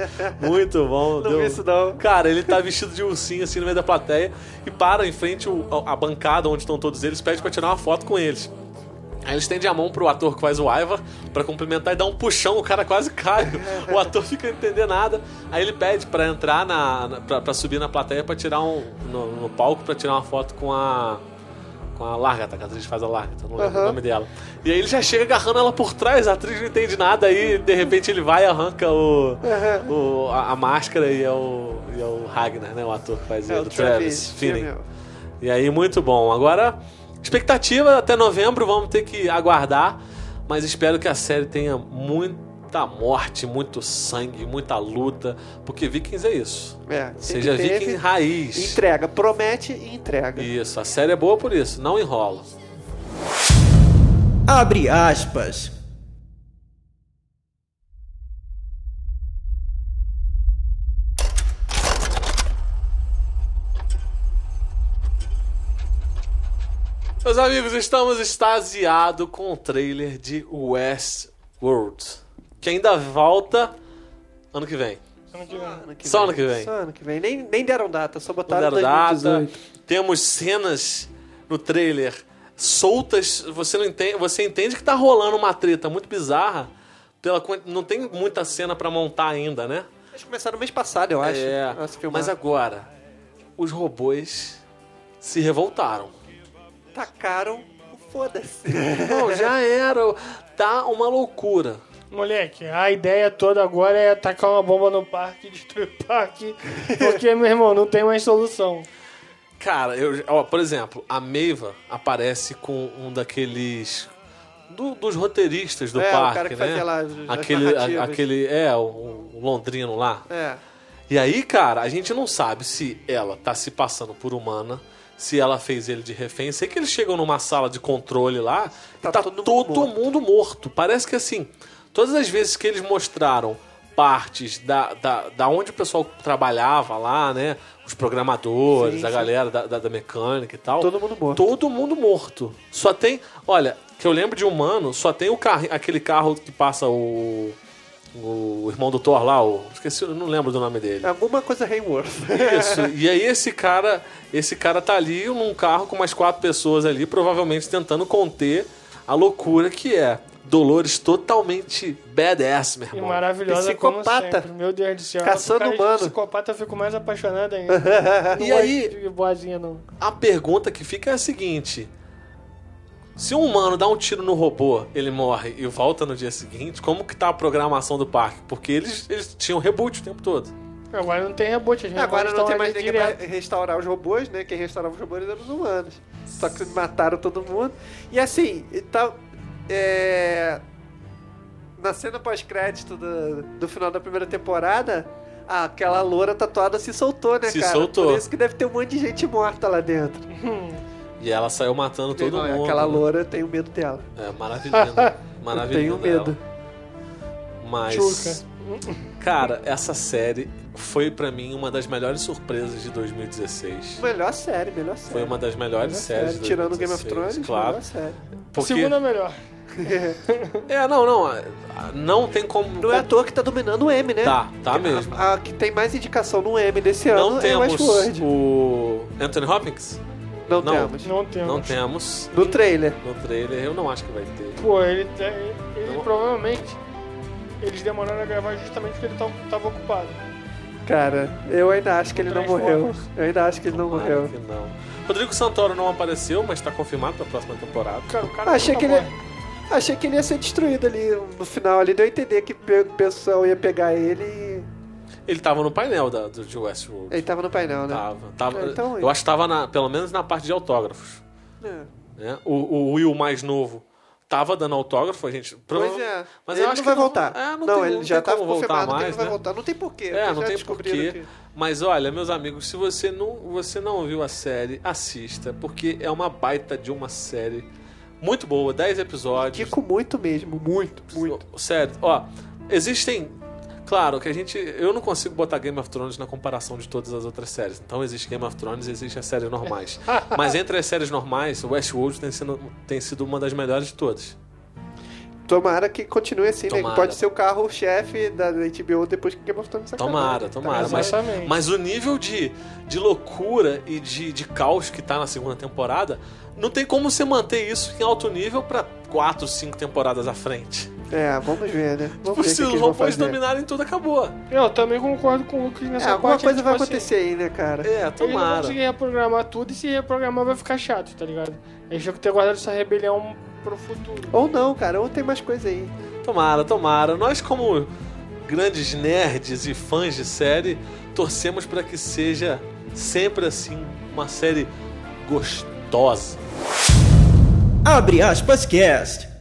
[SPEAKER 1] Muito bom.
[SPEAKER 3] Não vi isso, não.
[SPEAKER 1] Cara, ele tá vestido de ursinho assim no meio da plateia e para em frente o- a, a bancada onde estão todos eles, pede pra tirar uma foto com eles. Aí ele estende a mão pro ator que faz o Ivar pra cumprimentar e dá um puxão, o cara quase cai. O ator fica sem entender nada. Aí ele pede pra entrar na. na pra, pra subir na plateia pra tirar um. No, no palco pra tirar uma foto com a. Com a Largata, que a atriz faz a Largata, não lembro o
[SPEAKER 3] Aham.
[SPEAKER 1] nome dela. E aí ele já chega agarrando ela por trás, a atriz não entende nada, aí de repente ele vai e arranca o, o- a, a máscara e é o, e é o Ragnar, né? O ator que faz
[SPEAKER 3] É,
[SPEAKER 1] ele,
[SPEAKER 3] o
[SPEAKER 1] do
[SPEAKER 3] Travis,
[SPEAKER 1] Travis, Finney.
[SPEAKER 3] Fimmel.
[SPEAKER 1] E aí, muito bom. Agora, expectativa até novembro, vamos ter que aguardar. Mas espero que a série tenha muita morte, muito sangue, muita luta. Porque Vikings é isso.
[SPEAKER 3] É, ele
[SPEAKER 1] Seja
[SPEAKER 3] teve-
[SPEAKER 1] Viking raiz.
[SPEAKER 3] Entrega, promete e entrega.
[SPEAKER 1] Isso, a série é boa por isso, não enrola.
[SPEAKER 4] Abre aspas.
[SPEAKER 1] Meus amigos, estamos extasiados com o trailer de Westworld. Que ainda volta ano que vem.
[SPEAKER 2] Ano que vem.
[SPEAKER 3] Ano
[SPEAKER 1] Só ano que vem.
[SPEAKER 3] Só ano que vem. Nem, nem deram data, só
[SPEAKER 1] Não
[SPEAKER 3] botaram
[SPEAKER 1] deram data.
[SPEAKER 3] 2018.
[SPEAKER 1] Temos cenas no trailer soltas. Você não entende, você entende que tá rolando uma treta muito bizarra. Pela, quan- não tem muita cena pra montar ainda, né?
[SPEAKER 3] Eles começaram mês passado, eu acho.
[SPEAKER 1] É.
[SPEAKER 3] a se filmar.
[SPEAKER 1] Mas agora, os robôs se revoltaram.
[SPEAKER 3] Tacaram o foda-se.
[SPEAKER 1] Não, já era. Tá uma loucura.
[SPEAKER 2] Moleque, a ideia toda agora é tacar uma bomba no parque, destruir o parque, porque, meu irmão, não tem mais solução.
[SPEAKER 1] Cara, eu, ó, por exemplo, a Meiva aparece com um daqueles. do- dos roteiristas do
[SPEAKER 3] É, o
[SPEAKER 1] parque,
[SPEAKER 3] cara que
[SPEAKER 1] né?
[SPEAKER 3] fazia lá as- as
[SPEAKER 1] aquele, a-
[SPEAKER 3] narrativas.
[SPEAKER 1] aquele. É, o, o Londrino lá.
[SPEAKER 3] É.
[SPEAKER 1] E aí, cara, a gente não sabe se ela tá se passando por humana, se ela fez ele de refém. Sei que eles chegam numa sala de controle lá
[SPEAKER 3] Tá
[SPEAKER 1] e tá
[SPEAKER 3] todo
[SPEAKER 1] todo,
[SPEAKER 3] mundo
[SPEAKER 1] mundo, morto. Parece que assim, todas as vezes que eles mostraram partes da, da, da onde o pessoal trabalhava lá, né? Os programadores,
[SPEAKER 3] Sim,
[SPEAKER 1] a
[SPEAKER 3] sim.
[SPEAKER 1] galera da, da, da mecânica e tal.
[SPEAKER 3] Todo mundo morto.
[SPEAKER 1] Todo mundo morto. Só tem. Olha, que eu lembro de humano, só tem o carro, aquele carro que passa o. O irmão do Thor lá, o. Esqueci, eu não lembro do nome dele.
[SPEAKER 3] é Alguma coisa Hayworth.
[SPEAKER 1] Isso. E aí esse cara, esse cara tá ali num carro com umas quatro pessoas ali, provavelmente tentando conter a loucura que é. Dolores totalmente badass, meu
[SPEAKER 2] E
[SPEAKER 1] irmão.
[SPEAKER 2] maravilhosa
[SPEAKER 3] Psicopata.
[SPEAKER 2] como sempre. Meu Deus do céu.
[SPEAKER 3] Caçando
[SPEAKER 2] Cara de
[SPEAKER 3] humano.
[SPEAKER 2] Psicopata, eu fico mais apaixonado ainda. Não
[SPEAKER 1] E
[SPEAKER 2] gosto
[SPEAKER 1] aí-
[SPEAKER 2] De boazinha, não.
[SPEAKER 1] A pergunta que fica é a seguinte: se um humano dá um tiro no robô, ele morre e volta no dia seguinte, como que tá a programação do parque? Porque eles, eles tinham reboot o tempo todo.
[SPEAKER 2] Agora não tem rebote, a gente
[SPEAKER 3] É, Agora não
[SPEAKER 2] estão
[SPEAKER 3] tem
[SPEAKER 2] ali
[SPEAKER 3] mais ninguém pra
[SPEAKER 2] direto.
[SPEAKER 3] restaurar os robôs, né? Quem restaurava os robôs eram os humanos. Só que mataram todo mundo. E assim, e tá. É... Na cena pós-crédito do, do final da primeira temporada, aquela loura tatuada se soltou, né,
[SPEAKER 1] Se
[SPEAKER 3] cara?
[SPEAKER 1] soltou.
[SPEAKER 3] Por isso que deve ter um monte de gente morta lá dentro.
[SPEAKER 1] E ela saiu matando todo
[SPEAKER 3] Não, é
[SPEAKER 1] mundo.
[SPEAKER 3] Aquela loura, eu tenho medo dela.
[SPEAKER 1] É maravilhoso.
[SPEAKER 3] Eu
[SPEAKER 1] maravilhoso.
[SPEAKER 3] tenho medo.
[SPEAKER 1] Mas. Cara, essa série foi pra mim uma das melhores surpresas de 2016.
[SPEAKER 3] Melhor série, melhor série.
[SPEAKER 1] Foi uma das melhores
[SPEAKER 3] Melhor
[SPEAKER 1] séries. de
[SPEAKER 3] Tirando Game of
[SPEAKER 1] 2016,
[SPEAKER 3] Thrones,
[SPEAKER 1] claro.
[SPEAKER 3] melhor série.
[SPEAKER 1] Porque
[SPEAKER 2] Segunda melhor.
[SPEAKER 1] é, não, não, ah, não tem como
[SPEAKER 3] Não é à toa que tá dominando o M, né?
[SPEAKER 1] Tá, tá mesmo.
[SPEAKER 3] A, a que tem mais indicação no M desse
[SPEAKER 1] Não
[SPEAKER 3] ano é
[SPEAKER 1] temos
[SPEAKER 3] Westworld.
[SPEAKER 1] o Anthony Hopkins?
[SPEAKER 3] Não,
[SPEAKER 1] Não.
[SPEAKER 3] temos.
[SPEAKER 2] Não temos.
[SPEAKER 1] Não temos.
[SPEAKER 3] No trailer.
[SPEAKER 1] No trailer eu não acho que vai ter.
[SPEAKER 2] Pô, ele, tá- ele, ele
[SPEAKER 1] Não.
[SPEAKER 2] provavelmente... Eles demoraram a gravar justamente porque ele tá- tava ocupado.
[SPEAKER 3] Cara, eu ainda acho que ele não morreu.
[SPEAKER 2] Transformers.
[SPEAKER 3] Eu ainda acho que ele não é.
[SPEAKER 1] Claro
[SPEAKER 3] morreu.
[SPEAKER 1] que não. Rodrigo Santoro não apareceu, mas tá confirmado pra próxima temporada.
[SPEAKER 2] Cara, o cara
[SPEAKER 3] Achei
[SPEAKER 2] tá
[SPEAKER 3] que ele.
[SPEAKER 2] morto.
[SPEAKER 3] Achei que ele ia ser destruído ali no final ali. Deu a entender que pe- o pessoal ia pegar ele e
[SPEAKER 1] Ele tava no painel da, do, de Westworld.
[SPEAKER 3] Ele tava no painel, né?
[SPEAKER 1] Tava. tava
[SPEAKER 3] É, então,
[SPEAKER 1] eu acho que tava, na, pelo menos, na parte de autógrafos.
[SPEAKER 3] É.
[SPEAKER 1] né? O, o Will mais novo tava dando autógrafo, a gente.
[SPEAKER 3] Pois
[SPEAKER 1] prova-
[SPEAKER 3] é.
[SPEAKER 1] Mas
[SPEAKER 3] ele
[SPEAKER 1] eu acho
[SPEAKER 3] não vai
[SPEAKER 1] que
[SPEAKER 3] voltar.
[SPEAKER 1] é, não,
[SPEAKER 3] não,
[SPEAKER 1] tem,
[SPEAKER 3] ele
[SPEAKER 1] não
[SPEAKER 3] já
[SPEAKER 1] tem
[SPEAKER 3] tá
[SPEAKER 1] como voltar
[SPEAKER 3] confirmado que
[SPEAKER 1] mais,
[SPEAKER 3] ele
[SPEAKER 1] né?
[SPEAKER 3] vai voltar. Não tem porquê.
[SPEAKER 1] É,
[SPEAKER 3] porque
[SPEAKER 1] não
[SPEAKER 3] já
[SPEAKER 1] tem
[SPEAKER 3] descobriram
[SPEAKER 1] porquê.
[SPEAKER 3] que-
[SPEAKER 1] Mas olha, meus amigos, se você não, você não viu a série, assista, porque é uma baita de uma série muito boa, 10 episódios.
[SPEAKER 3] Dico muito mesmo. Muito, muito.
[SPEAKER 1] Sério, ó, existem. Claro que a gente. Eu não consigo botar Game of Thrones na comparação de todas as outras séries. Então existe Game of Thrones e existe as séries normais. Mas entre as séries normais, Westworld tem sido, tem sido uma das melhores de todas.
[SPEAKER 3] Tomara que continue assim, né?
[SPEAKER 1] Tomara.
[SPEAKER 3] Que Pode ser o carro-chefe da HBO depois que Game of Thrones acabar. né? Tá
[SPEAKER 1] Tomara, tomara. Mas,
[SPEAKER 2] Exatamente.
[SPEAKER 1] mas o nível de, de loucura e de, de caos que tá na segunda temporada, não tem como você manter isso em alto nível pra quatro, cinco temporadas à frente.
[SPEAKER 3] É, vamos ver, né? Vamos ver o que
[SPEAKER 1] Se
[SPEAKER 3] que
[SPEAKER 1] os
[SPEAKER 3] eles vão
[SPEAKER 1] robôs
[SPEAKER 3] fazer.
[SPEAKER 1] dominarem tudo, acabou. É,
[SPEAKER 2] Eu também concordo com o Lucas
[SPEAKER 3] É,
[SPEAKER 2] nessa
[SPEAKER 3] alguma
[SPEAKER 2] parte.
[SPEAKER 3] coisa
[SPEAKER 2] tipo
[SPEAKER 3] vai
[SPEAKER 2] assim,
[SPEAKER 3] acontecer aí, né, cara?
[SPEAKER 1] É,
[SPEAKER 2] Eles não vão
[SPEAKER 1] tomara.
[SPEAKER 2] conseguir reprogramar tudo e se reprogramar vai ficar chato, tá ligado? A gente tem que ter guardado essa rebelião pro futuro.
[SPEAKER 3] Ou não, cara. Ou tem mais coisa aí.
[SPEAKER 1] Tomara, tomara. Nós, como grandes nerds e fãs de série, torcemos pra que seja sempre assim uma série gostosa.
[SPEAKER 4] Abre aspas cast.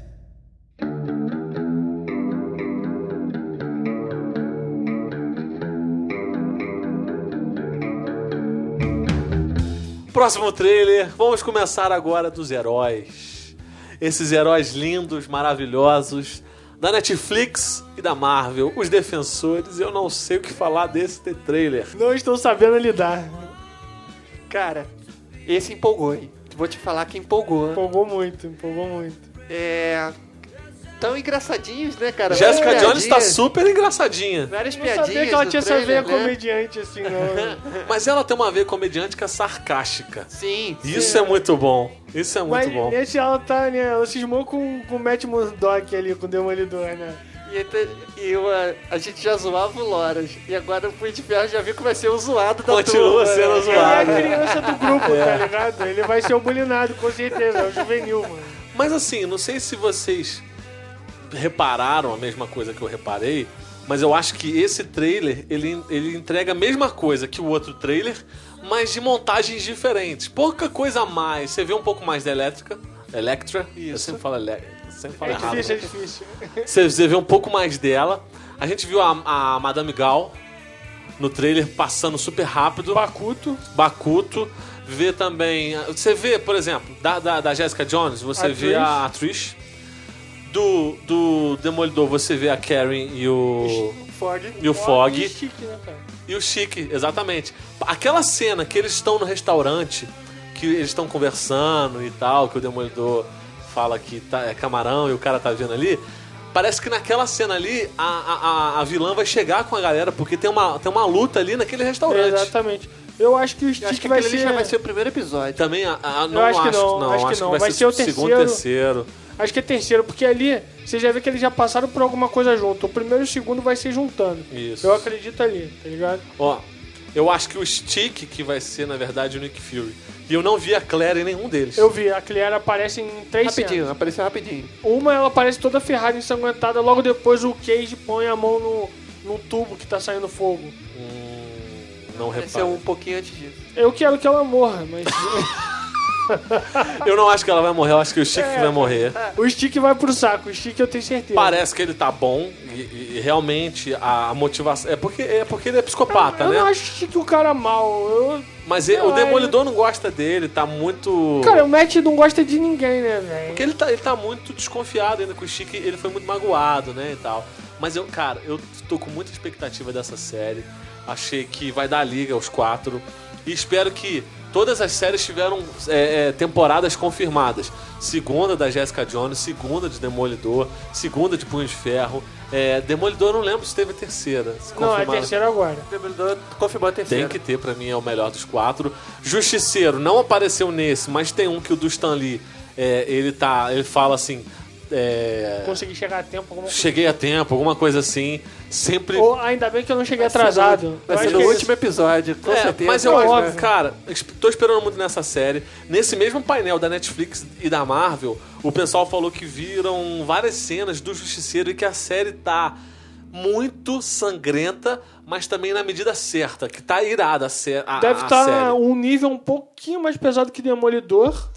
[SPEAKER 1] Próximo trailer, vamos começar agora dos heróis. Esses heróis lindos, maravilhosos, da Netflix e da Marvel, os defensores. Eu não sei o que falar desse de- trailer.
[SPEAKER 2] Não estou sabendo lidar.
[SPEAKER 3] Cara, esse empolgou, hein? Vou te falar que empolgou.
[SPEAKER 2] Empolgou muito, empolgou muito.
[SPEAKER 3] É... Tão engraçadinhos, né, cara?
[SPEAKER 1] Jéssica
[SPEAKER 3] Várias
[SPEAKER 1] Jones tá
[SPEAKER 3] piadinhas.
[SPEAKER 1] super engraçadinha,
[SPEAKER 3] Várias
[SPEAKER 2] Não
[SPEAKER 3] piadinhas
[SPEAKER 2] sabia que ela
[SPEAKER 3] no
[SPEAKER 2] tinha essa
[SPEAKER 3] trailer,
[SPEAKER 2] veia
[SPEAKER 3] né?
[SPEAKER 2] comediante assim, não.
[SPEAKER 1] mas ela tem uma veia comediântica sarcástica.
[SPEAKER 3] Sim. sim.
[SPEAKER 1] Isso é muito bom. Isso é muito
[SPEAKER 2] Mas
[SPEAKER 1] bom.
[SPEAKER 2] nesse ela tá, né? Ela cismou com, com o Matt Murdock ali, com o Demolidor, né?
[SPEAKER 3] E, até- e eu, a, a gente já zoava o Loras. E agora o Punho de Ferro já viu que vai ser o zoado da
[SPEAKER 1] Continua
[SPEAKER 3] turma.
[SPEAKER 1] sendo
[SPEAKER 3] né?
[SPEAKER 2] Ele é a
[SPEAKER 1] zoado.
[SPEAKER 2] criança do grupo, tá ligado? Ele vai ser o bulinado, com certeza. É o juvenil, mano.
[SPEAKER 1] Mas assim, não sei se vocês repararam a mesma coisa que eu reparei, mas eu acho que esse trailer ele, ele entrega a mesma coisa que o outro trailer, mas de montagens diferentes. Pouca coisa a mais. Você vê um pouco mais da elétrica. Electra? Eu sempre falo, ele... sempre falo
[SPEAKER 2] É
[SPEAKER 1] errado. né?
[SPEAKER 2] difícil, é difícil.
[SPEAKER 1] Você, você vê um pouco mais dela. A gente viu a, a Madame Gal no trailer passando super rápido.
[SPEAKER 2] Bakuto,
[SPEAKER 1] Bakuto. Vê também. Você vê, por exemplo, da, da, da Jessica Jones, você
[SPEAKER 2] A
[SPEAKER 1] vê a Trish. Do, do Demolidor, você vê a Karen e o.
[SPEAKER 3] Ford.
[SPEAKER 1] E o Fog.
[SPEAKER 2] e Chique, né, cara?
[SPEAKER 1] E o Chique, exatamente. Aquela cena que eles estão no restaurante, que eles estão conversando e tal, que o Demolidor fala que tá, é camarão e o cara tá vendo ali. Parece que naquela cena ali a, a, a- a vilã vai chegar com a galera, porque tem uma, tem uma luta ali naquele restaurante.
[SPEAKER 2] Exatamente. Eu acho que o
[SPEAKER 3] Eu
[SPEAKER 2] Stick
[SPEAKER 3] acho que
[SPEAKER 2] vai
[SPEAKER 3] aquele ali
[SPEAKER 2] ser...
[SPEAKER 3] já vai ser o primeiro episódio.
[SPEAKER 1] Também a, a- não,
[SPEAKER 2] acho que não, acho que não.
[SPEAKER 1] vai, ser, o segundo, terceiro.
[SPEAKER 2] Acho que é terceiro, porque ali você já vê que eles já passaram por alguma coisa junto. O primeiro e o segundo vai se juntando.
[SPEAKER 1] Isso.
[SPEAKER 2] Eu acredito ali, tá ligado?
[SPEAKER 1] Ó, eu acho que o Stick que vai ser, na verdade, o Nick Fury. E eu não vi a Claire em nenhum deles.
[SPEAKER 2] Eu vi, a Cleara aparece em três
[SPEAKER 3] Rapidinho, apareceu rapidinho.
[SPEAKER 2] cenas. Uma ela aparece toda ferrada, ensanguentada. Logo depois o Cage põe a mão no, no tubo que tá saindo fogo.
[SPEAKER 1] Hum, não
[SPEAKER 3] Apareceu
[SPEAKER 1] reparo.
[SPEAKER 3] um pouquinho antes disso.
[SPEAKER 2] Eu quero que ela morra, mas
[SPEAKER 1] Eu não acho que ela vai morrer, eu acho que o Stick
[SPEAKER 3] É.
[SPEAKER 1] que vai morrer.
[SPEAKER 2] o Stick vai pro saco. O Stick eu tenho certeza.
[SPEAKER 1] Parece que ele tá bom e, e realmente a, a motivação. É porque, é porque ele é psicopata,
[SPEAKER 2] Eu
[SPEAKER 1] né?
[SPEAKER 2] não acho o Stick o cara mal. Eu...
[SPEAKER 1] Mas ele-
[SPEAKER 2] Sei
[SPEAKER 1] o
[SPEAKER 2] lá,
[SPEAKER 1] Demolidor não gosta dele, tá muito.
[SPEAKER 2] Cara, o Matt não gosta de ninguém, né, velho?
[SPEAKER 1] Porque ele tá, ele tá muito desconfiado ainda com o Chique, ele foi muito magoado, né, e tal. Mas eu, cara, eu tô com muita expectativa dessa série. Achei que vai dar liga aos quatro. E espero que todas as séries tiveram é, é, temporadas confirmadas. Segunda da Jessica Jones, segunda de Demolidor, segunda de Punho de Ferro. É, Demolidor eu não lembro se teve a terceira. se
[SPEAKER 2] Não, é
[SPEAKER 1] confirmaram.
[SPEAKER 2] terceiro agora.
[SPEAKER 3] Demolidor confirmou a terceira.
[SPEAKER 1] Tem que ter, pra mim é o melhor dos quatro. Justiceiro não apareceu nesse, mas tem um que o do Stan Lee, é, ele tá, ele fala assim, é,
[SPEAKER 2] Consegui chegar a tempo. Alguma...
[SPEAKER 1] cheguei a tempo, alguma coisa assim, sempre.
[SPEAKER 2] Ou ainda bem que eu não cheguei atrasado.
[SPEAKER 3] Vai
[SPEAKER 2] Eu
[SPEAKER 3] ser
[SPEAKER 2] acho
[SPEAKER 3] no
[SPEAKER 2] que-
[SPEAKER 3] último episódio, com
[SPEAKER 1] É,
[SPEAKER 3] certeza.
[SPEAKER 1] mas eu
[SPEAKER 2] Óbvio.
[SPEAKER 1] acho, cara, es- tô esperando muito nessa série. Nesse mesmo painel da Netflix e da Marvel, o pessoal falou que viram várias cenas do Justiceiro e que a série tá muito sangrenta, mas também na medida certa, que tá irada a, sé a,
[SPEAKER 2] Deve
[SPEAKER 1] a
[SPEAKER 3] tá
[SPEAKER 2] estar
[SPEAKER 1] série.
[SPEAKER 2] um nível um pouquinho mais pesado que Demolidor.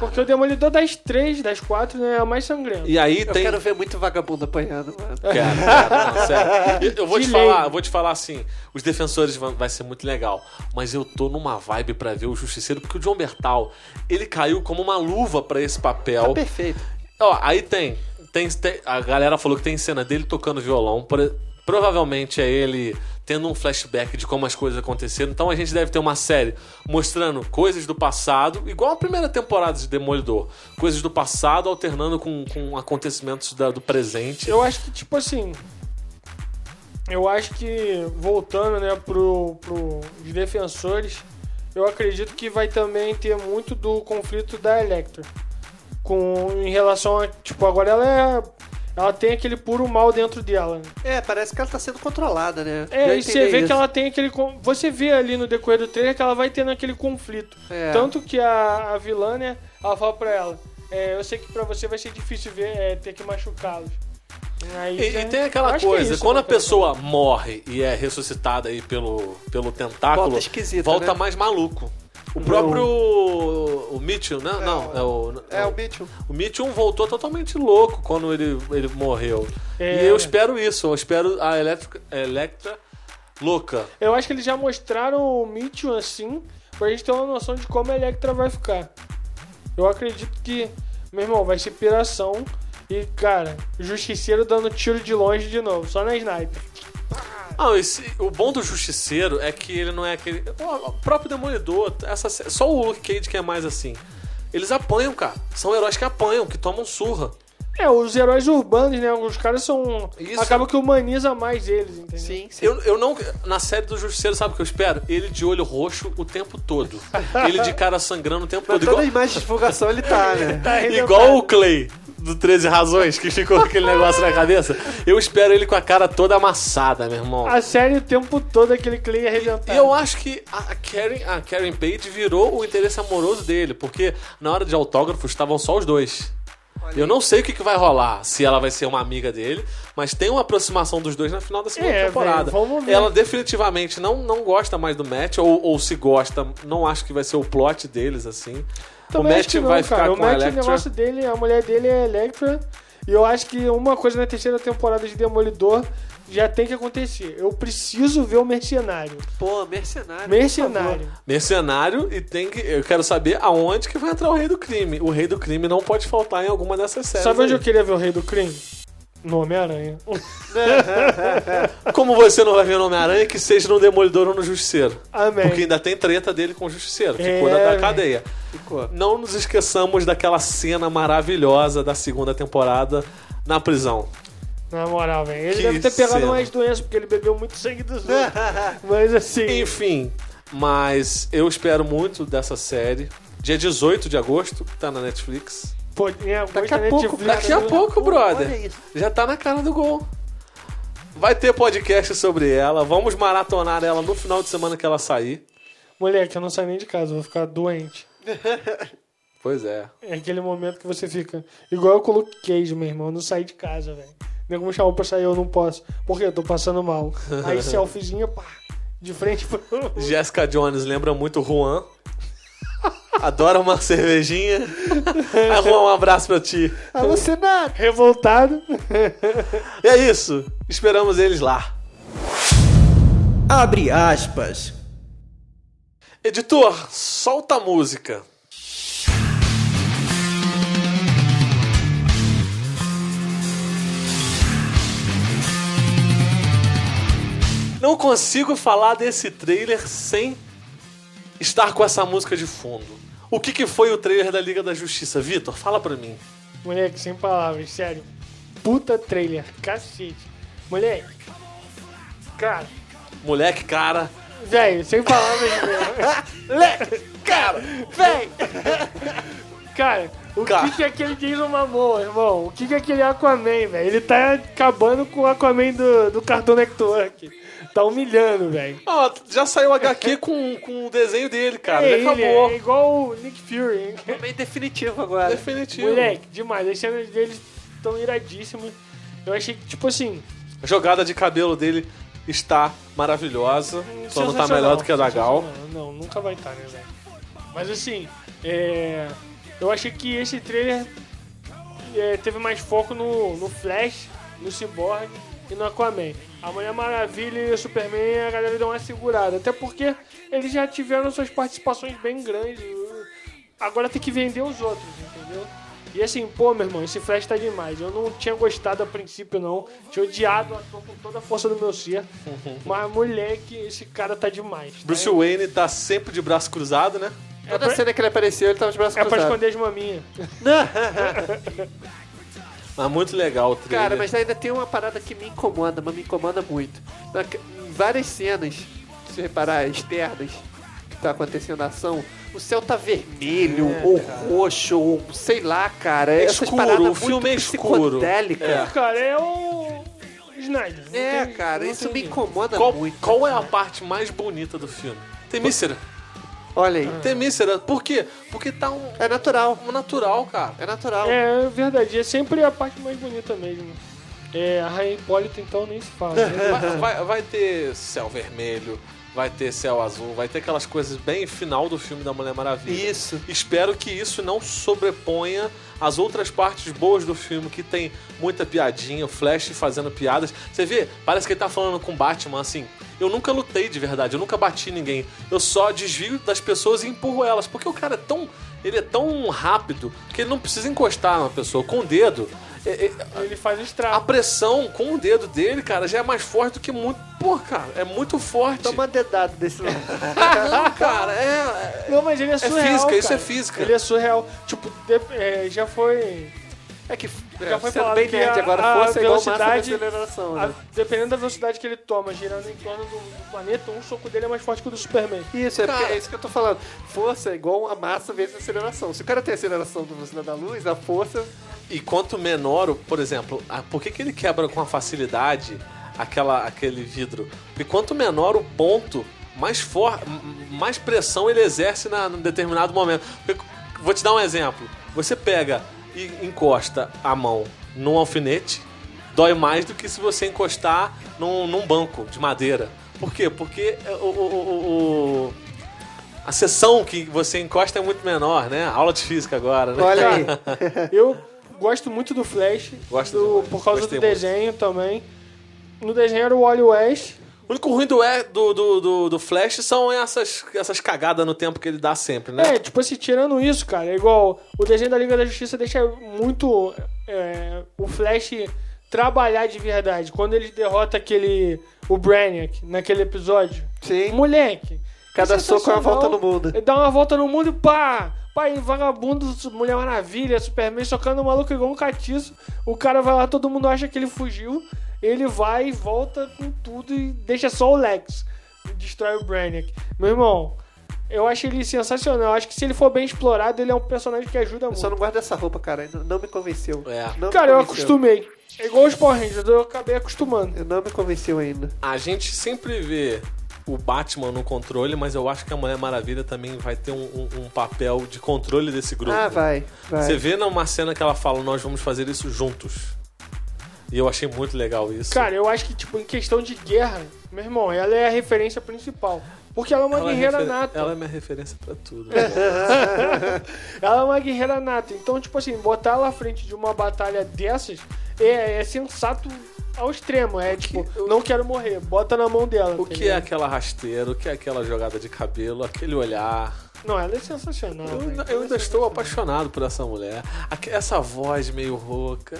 [SPEAKER 2] Porque o Demolidor das três, das quatro, né, é o mais sangrento.
[SPEAKER 1] E aí
[SPEAKER 3] Eu
[SPEAKER 1] tem. É.
[SPEAKER 3] quero ver muito vagabundo apanhando, mano.
[SPEAKER 1] Cara, cara, não, sério. Eu- Eu vou te
[SPEAKER 2] De
[SPEAKER 1] falar,
[SPEAKER 2] lei.
[SPEAKER 1] eu vou te falar assim, os defensores vão, vai ser muito legal, mas eu tô numa vibe pra ver o Justiceiro, porque o John Bertal, ele caiu como uma luva pra esse
[SPEAKER 3] Tá
[SPEAKER 1] papel.
[SPEAKER 3] Perfeito.
[SPEAKER 1] Ó, aí tem, tem, tem- A galera falou que tem cena dele tocando violão. por- provavelmente é ele tendo um flashback de como as coisas aconteceram. Então a gente deve ter uma série mostrando coisas do passado, igual a primeira temporada de Demolidor. Coisas do passado alternando com, com acontecimentos da- do presente.
[SPEAKER 2] Eu acho que, tipo assim. Eu acho que, voltando, né, pro, pro os defensores, eu acredito que vai também ter muito do conflito da Electra. Com, em relação a. Tipo, agora ela é. Ela tem aquele puro mal dentro dela. né?
[SPEAKER 3] É, parece que ela tá sendo controlada, né?
[SPEAKER 2] É,
[SPEAKER 3] Eu
[SPEAKER 2] e você
[SPEAKER 3] entendi
[SPEAKER 2] vê
[SPEAKER 3] isso.
[SPEAKER 2] que ela tem aquele. con- Você vê ali no decorrer do trailer que ela vai tendo aquele conflito.
[SPEAKER 3] É.
[SPEAKER 2] Tanto que a, a vilã, né, ela fala pra ela: é, Eu sei que pra você vai ser difícil ver, é, ter que machucá-los. Aí,
[SPEAKER 1] E,
[SPEAKER 2] né,
[SPEAKER 1] e tem
[SPEAKER 2] eu
[SPEAKER 1] aquela
[SPEAKER 2] acho que é
[SPEAKER 1] coisa,
[SPEAKER 2] isso,
[SPEAKER 1] quando
[SPEAKER 2] né,
[SPEAKER 1] a pessoa morre e é ressuscitada aí pelo, pelo tentáculo,
[SPEAKER 3] Volta esquisita,
[SPEAKER 1] volta
[SPEAKER 3] né?
[SPEAKER 1] mais maluco. O próprio. O Mitchell, né? Não, é o.
[SPEAKER 3] É, o Mitchell.
[SPEAKER 1] O Mitchum voltou totalmente louco quando ele, ele morreu.
[SPEAKER 2] É.
[SPEAKER 1] E eu espero isso, eu espero a Electra, Electra louca.
[SPEAKER 2] Eu acho que eles já mostraram o Mitchell assim, pra gente ter uma noção de como a Electra vai ficar. Eu acredito que, meu irmão, vai ser piração. E, cara, justiceiro dando tiro de longe de novo, só na sniper.
[SPEAKER 1] Ah, esse, o bom do Justiceiro é que ele não é aquele. O, o próprio Demolidor, essa, sé- só o Luke Cage que é mais assim. Eles apanham, cara. São heróis que apanham, que tomam surra.
[SPEAKER 2] É, os heróis urbanos, né? Os caras são.
[SPEAKER 1] Isso.
[SPEAKER 2] Acaba que humaniza mais eles, entendeu?
[SPEAKER 3] Sim, sim.
[SPEAKER 1] Eu, eu não. Na série do Justiceiro, sabe o que eu espero? Ele de olho roxo o tempo todo. Ele de cara sangrando o tempo
[SPEAKER 3] Mas
[SPEAKER 1] todo. Igual,
[SPEAKER 3] toda a imagem de divulgação ele tá, né?
[SPEAKER 2] Tá arrebentado.
[SPEAKER 1] Igual o Clay do 13 Razões, que ficou aquele negócio na cabeça. Eu espero ele com a cara toda amassada, meu irmão.
[SPEAKER 2] A série o tempo todo é aquele Clay arrebentado.
[SPEAKER 1] E eu acho que a a Karen, a Karen Page virou o interesse amoroso dele, porque na hora de autógrafos estavam só os dois. Eu não sei o que, que vai rolar, se ela vai ser uma amiga dele, mas tem uma aproximação dos dois na final da segunda
[SPEAKER 2] É,
[SPEAKER 1] temporada.
[SPEAKER 2] velho, vamos ver.
[SPEAKER 1] Ela definitivamente não, não gosta mais do Matt, ou, ou se gosta, não acho que vai ser o plot deles, assim.
[SPEAKER 2] Também
[SPEAKER 1] o
[SPEAKER 2] acho
[SPEAKER 1] Matt
[SPEAKER 2] que não,
[SPEAKER 1] vai
[SPEAKER 2] cara.
[SPEAKER 1] ficar
[SPEAKER 2] o
[SPEAKER 1] com a
[SPEAKER 2] Matt,
[SPEAKER 1] Electra.
[SPEAKER 2] O negócio dele, a mulher dele é Electra. E eu acho que uma coisa na terceira temporada de Demolidor já tem que acontecer. Eu preciso ver o Mercenário.
[SPEAKER 3] Pô, mercenário.
[SPEAKER 2] Mercenário.
[SPEAKER 1] Mercenário e tem que. Eu quero saber aonde que vai entrar o rei do crime. O rei do crime não pode faltar em alguma dessas séries.
[SPEAKER 2] Sabe onde
[SPEAKER 1] aí.
[SPEAKER 2] eu queria ver o Rei do Crime? No Homem-Aranha.
[SPEAKER 1] Como você não vai ver o Homem-Aranha, que seja no Demolidor ou no Justiceiro.
[SPEAKER 2] Amém.
[SPEAKER 1] Porque ainda tem treta dele com o Justiceiro, que
[SPEAKER 2] É,
[SPEAKER 1] cura da
[SPEAKER 2] velho.
[SPEAKER 1] cadeia.
[SPEAKER 3] Ficou.
[SPEAKER 1] Não nos esqueçamos daquela cena maravilhosa da segunda temporada na prisão.
[SPEAKER 2] Na moral, velho. Ele
[SPEAKER 1] Que
[SPEAKER 2] deve ter pegado
[SPEAKER 1] cena.
[SPEAKER 2] mais doenças, porque ele bebeu muito sangue dos outros. Mas assim.
[SPEAKER 1] Enfim, mas eu espero muito dessa série. Dia 18 de agosto, tá na Netflix.
[SPEAKER 2] Pô, é,
[SPEAKER 3] Daqui a
[SPEAKER 2] muita
[SPEAKER 3] pouco,
[SPEAKER 2] Netflix,
[SPEAKER 1] Daqui a
[SPEAKER 2] né?
[SPEAKER 1] pouco, brother.
[SPEAKER 3] Olha isso.
[SPEAKER 1] Já tá na cara do gol. Vai ter podcast sobre ela. Vamos maratonar ela no final de semana que ela sair.
[SPEAKER 2] Moleque, eu não saio nem de casa, eu vou ficar doente.
[SPEAKER 1] Pois é.
[SPEAKER 2] É aquele momento que você fica. Igual eu coloquei queijo, meu irmão. Eu não saí de casa, velho. Nego me chamou pra sair, eu não posso. Porque eu tô passando mal. Aí selfiezinha, pá. De frente pro.
[SPEAKER 1] Jessica Jones lembra muito o Juan. Adora uma cervejinha. Ah, Juan, um abraço pra ti.
[SPEAKER 3] Alucinado.
[SPEAKER 2] Revoltado.
[SPEAKER 1] E é isso. Esperamos eles lá.
[SPEAKER 4] Abre aspas.
[SPEAKER 1] Editor, solta a música. Não consigo falar desse trailer sem estar com essa música de fundo. O que, que foi o trailer da Liga da Justiça? Vitor, fala pra mim.
[SPEAKER 2] Moleque, sem palavras, sério. Puta trailer, cacete. Moleque. Cara.
[SPEAKER 1] Moleque, cara.
[SPEAKER 2] Velho, sem palavras mesmo.
[SPEAKER 1] Cara!
[SPEAKER 2] Velho. Cara, o
[SPEAKER 1] Cara.
[SPEAKER 2] que, que é aquele Jason Momoa, irmão? O que, que é aquele Aquaman, velho? Ele tá acabando com o Aquaman do, do Cartoon Network. Tá humilhando, velho.
[SPEAKER 1] Ó, já saiu o HQ com, com o desenho dele, cara.
[SPEAKER 2] é
[SPEAKER 1] Ele
[SPEAKER 2] ele,
[SPEAKER 1] acabou. É
[SPEAKER 2] é igual o Nick Fury. hein?
[SPEAKER 3] Meio definitivo agora.
[SPEAKER 1] Definitivo.
[SPEAKER 2] Moleque, demais. As cenas deles estão iradíssimas. Eu achei que, tipo assim,
[SPEAKER 1] A jogada de cabelo dele está maravilhosa. Só não tá
[SPEAKER 2] Sensacional,
[SPEAKER 1] melhor do que a da Gal.
[SPEAKER 2] sensacional. Não, nunca vai estar, né, velho? Mas assim, é, eu achei que esse trailer é, teve mais foco no, no Flash, no Cyborg e no Aquaman. A Mulher Maravilha e o Superman, a galera deu uma segurada. Até porque eles já tiveram suas participações bem grandes. Agora tem que vender os outros, entendeu? E assim, pô, meu irmão, esse Flash tá demais. Eu não tinha gostado a princípio, não. Tinha odiado o ator com toda a força do meu ser. Mas, moleque, esse cara tá demais. tá?
[SPEAKER 1] Bruce Wayne tá sempre de braço cruzado, né?
[SPEAKER 2] É
[SPEAKER 3] Toda
[SPEAKER 2] pra-
[SPEAKER 3] cena que ele apareceu, ele tava de braço
[SPEAKER 2] É pra
[SPEAKER 3] cruzado.
[SPEAKER 2] esconder as maminhas.
[SPEAKER 1] Mas muito legal o trailer.
[SPEAKER 3] Cara, mas ainda tem uma parada que me incomoda, mas me incomoda muito. Na- Em várias cenas, se você reparar, externas, que tá acontecendo a ação, o céu tá vermelho, ou roxo, ou sei lá, cara.
[SPEAKER 1] É
[SPEAKER 3] essas
[SPEAKER 1] escuro,
[SPEAKER 3] paradas
[SPEAKER 1] o
[SPEAKER 3] muito
[SPEAKER 1] filme é escuro.
[SPEAKER 3] psicodélicas.
[SPEAKER 2] Cara, é o. Snyder. Não
[SPEAKER 3] Tá. É,
[SPEAKER 2] tem-
[SPEAKER 3] cara,
[SPEAKER 2] não
[SPEAKER 3] isso
[SPEAKER 2] tem
[SPEAKER 3] me
[SPEAKER 2] jeito.
[SPEAKER 3] incomoda
[SPEAKER 1] qual,
[SPEAKER 3] muito.
[SPEAKER 1] qual é a parte mais bonita do filme? Temícera.
[SPEAKER 3] Olha aí.
[SPEAKER 2] Ah.
[SPEAKER 1] Temícera. Por quê? Porque tá um,
[SPEAKER 3] É natural.
[SPEAKER 1] um natural, cara.
[SPEAKER 3] É natural.
[SPEAKER 2] É verdade, é sempre a parte mais bonita mesmo. É, a Rainha Hipólita então nem se fala. né?
[SPEAKER 1] Vai, vai- vai ter céu vermelho, vai ter céu azul, vai ter aquelas coisas bem final do filme da Mulher Maravilha.
[SPEAKER 3] Isso.
[SPEAKER 1] Espero que isso não sobreponha as outras partes boas do filme, que tem muita piadinha, o Flash fazendo piadas. Você vê, parece que ele tá falando com o Batman assim. Eu nunca lutei de verdade, eu nunca bati ninguém. Eu só desvio das pessoas e empurro elas. Porque o cara é tão. Ele é tão rápido que ele não precisa encostar na pessoa. Com o dedo, é- é-
[SPEAKER 2] Ele faz o
[SPEAKER 1] a
[SPEAKER 2] estrago.
[SPEAKER 1] pressão com o dedo dele, cara, já é mais forte do que muito. Pô, cara, é muito forte.
[SPEAKER 3] Toma dedado desse lado.
[SPEAKER 1] Não, cara, é.
[SPEAKER 2] Não, mas ele é surreal.
[SPEAKER 1] física, isso
[SPEAKER 2] cara.
[SPEAKER 1] é física.
[SPEAKER 2] Ele é surreal. Tipo, de- é, já foi.
[SPEAKER 3] É que
[SPEAKER 2] Já foi
[SPEAKER 3] sendo
[SPEAKER 2] falado
[SPEAKER 3] bem
[SPEAKER 2] que
[SPEAKER 3] nerd
[SPEAKER 2] a-
[SPEAKER 3] agora,
[SPEAKER 2] a
[SPEAKER 3] força é igual massa da
[SPEAKER 2] velocidade-
[SPEAKER 3] aceleração,
[SPEAKER 2] a-
[SPEAKER 3] né?
[SPEAKER 2] dependendo da velocidade que ele toma, girando em torno do, do planeta, um soco dele é mais forte que o do Superman.
[SPEAKER 3] Isso, é,
[SPEAKER 1] Cara.
[SPEAKER 3] porque é isso que eu tô falando. Força é igual a massa vezes a aceleração. Se o cara tem a aceleração da velocidade da luz, a força.
[SPEAKER 1] E quanto menor, o- por exemplo, a- por que, que ele quebra com a facilidade aquela, aquele vidro? Porque quanto menor o ponto, mais, for, m- mais pressão ele exerce na, num determinado momento. Porque- vou te dar um exemplo. Você pega e encosta a mão num alfinete, dói mais do que se você encostar num, num banco de madeira. Por quê? Porque é, o- o- o- o- a seção que você encosta é muito menor, né? Aula de física agora, né?
[SPEAKER 3] Olha aí.
[SPEAKER 2] Eu gosto muito do Flash.
[SPEAKER 1] Gosto
[SPEAKER 2] do-
[SPEAKER 1] demais.
[SPEAKER 2] Por causa
[SPEAKER 1] Gostei
[SPEAKER 2] do
[SPEAKER 1] muito.
[SPEAKER 2] desenho também. No desenho era o Wally West.
[SPEAKER 1] O único ruim do, é- do, do, do- do Flash são essas, essas cagadas no tempo que ele dá sempre, né?
[SPEAKER 2] É, tipo assim, tirando isso, cara, é igual o desenho da Liga da Justiça deixa muito é, o Flash trabalhar de verdade. Quando ele derrota aquele. o Brainiac naquele episódio.
[SPEAKER 3] Sim.
[SPEAKER 2] Moleque.
[SPEAKER 3] Cada
[SPEAKER 2] é
[SPEAKER 3] soco é uma
[SPEAKER 2] sensacional.
[SPEAKER 3] volta no mundo.
[SPEAKER 2] Ele dá uma volta no mundo e pá! Pai, vagabundo, Mulher Maravilha, Superman socando o maluco igual um catiço. O cara vai lá, todo mundo acha que ele fugiu. Ele vai e volta com tudo e deixa só o Lex. E destrói o Brainiac. Meu irmão, eu acho ele sensacional. Eu acho que se ele for bem explorado, ele é um personagem que ajuda
[SPEAKER 3] Eu
[SPEAKER 2] muito.
[SPEAKER 3] só não guardo essa roupa, cara. Não, não me convenceu.
[SPEAKER 1] É.
[SPEAKER 3] Não me
[SPEAKER 2] Cara, eu
[SPEAKER 3] convenceu.
[SPEAKER 2] acostumei. É igual os Power Rangers, eu acabei acostumando.
[SPEAKER 3] Eu não me convenceu ainda.
[SPEAKER 1] A gente sempre vê o Batman no controle, mas eu acho que a Mulher Maravilha também vai ter um, um- um papel de controle desse grupo.
[SPEAKER 3] Ah, vai. vai.
[SPEAKER 1] Você vê numa cena que ela fala, nós vamos fazer isso juntos. E eu achei muito legal isso.
[SPEAKER 2] Cara, eu acho que, tipo, em questão de guerra, meu irmão, ela é a referência principal. Porque ela é uma
[SPEAKER 1] ela é,
[SPEAKER 2] guerreira
[SPEAKER 1] refer-
[SPEAKER 2] nata.
[SPEAKER 1] ela é minha referência pra tudo. né?
[SPEAKER 2] Ela é uma guerreira nata. Então, tipo assim, botar ela à frente de uma batalha dessas é, é sensato ao extremo. É tipo, não quero morrer, bota na mão dela.
[SPEAKER 1] o
[SPEAKER 2] tá
[SPEAKER 1] que é
[SPEAKER 2] ligado?
[SPEAKER 1] aquela rasteira, o que é aquela jogada de cabelo, aquele olhar.
[SPEAKER 2] Não, ela é sensacional.
[SPEAKER 1] Eu,
[SPEAKER 2] né?
[SPEAKER 1] ainda- eu ainda estou apaixonado por essa mulher. Aque- Essa voz meio rouca.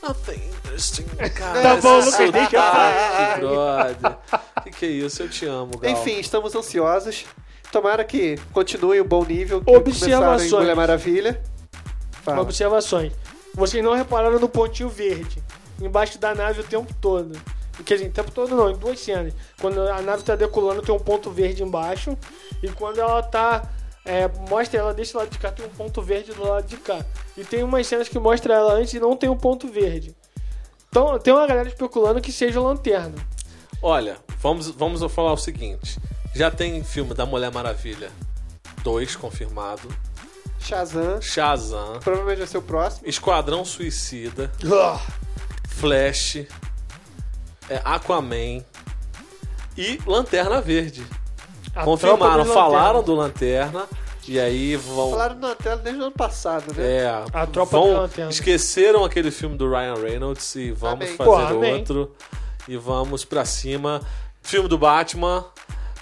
[SPEAKER 1] Nothing interesting, cara.
[SPEAKER 2] Tá bom,
[SPEAKER 1] Esse
[SPEAKER 2] Lucas, deixa eu
[SPEAKER 1] sotaque, brother. Que que é isso? Eu te amo, Gal.
[SPEAKER 3] Enfim, estamos ansiosos. Tomara que continue o bom nível que começaram em
[SPEAKER 2] Observações.
[SPEAKER 3] Mulher Maravilha. Fala.
[SPEAKER 2] Observações. Vocês não repararam no pontinho verde, embaixo da nave o tempo todo. Quer dizer, o tempo todo não, em duas cenas. Quando a nave tá decolando, tem um ponto verde embaixo. E quando ela tá. é, mostra ela desse lado de cá, tem um ponto verde do lado de cá. E tem umas cenas que mostra ela antes e não tem um ponto verde. Então, tem uma galera especulando que seja o lanterna.
[SPEAKER 1] Olha, vamos, vamos eu falar o seguinte. Já tem filme da Mulher Maravilha 2 confirmado.
[SPEAKER 3] Shazam.
[SPEAKER 1] Shazam.
[SPEAKER 3] Provavelmente vai ser o próximo.
[SPEAKER 1] Ah, Esquadrão Suicida. Flash. é Aquaman e Lanterna Verde.
[SPEAKER 2] A
[SPEAKER 1] Confirmaram,
[SPEAKER 2] tropa dos
[SPEAKER 1] falaram
[SPEAKER 2] lanternas.
[SPEAKER 1] do Lanterna e aí vão.
[SPEAKER 3] Falaram na tela desde o ano passado, né?
[SPEAKER 1] É,
[SPEAKER 2] A tropa dos
[SPEAKER 1] vão,
[SPEAKER 2] lanternas.
[SPEAKER 1] esqueceram aquele filme do Ryan Reynolds e vamos
[SPEAKER 3] Amém.
[SPEAKER 1] fazer
[SPEAKER 2] Porra, tá amém.
[SPEAKER 1] outro. E vamos pra cima. Filme do Batman.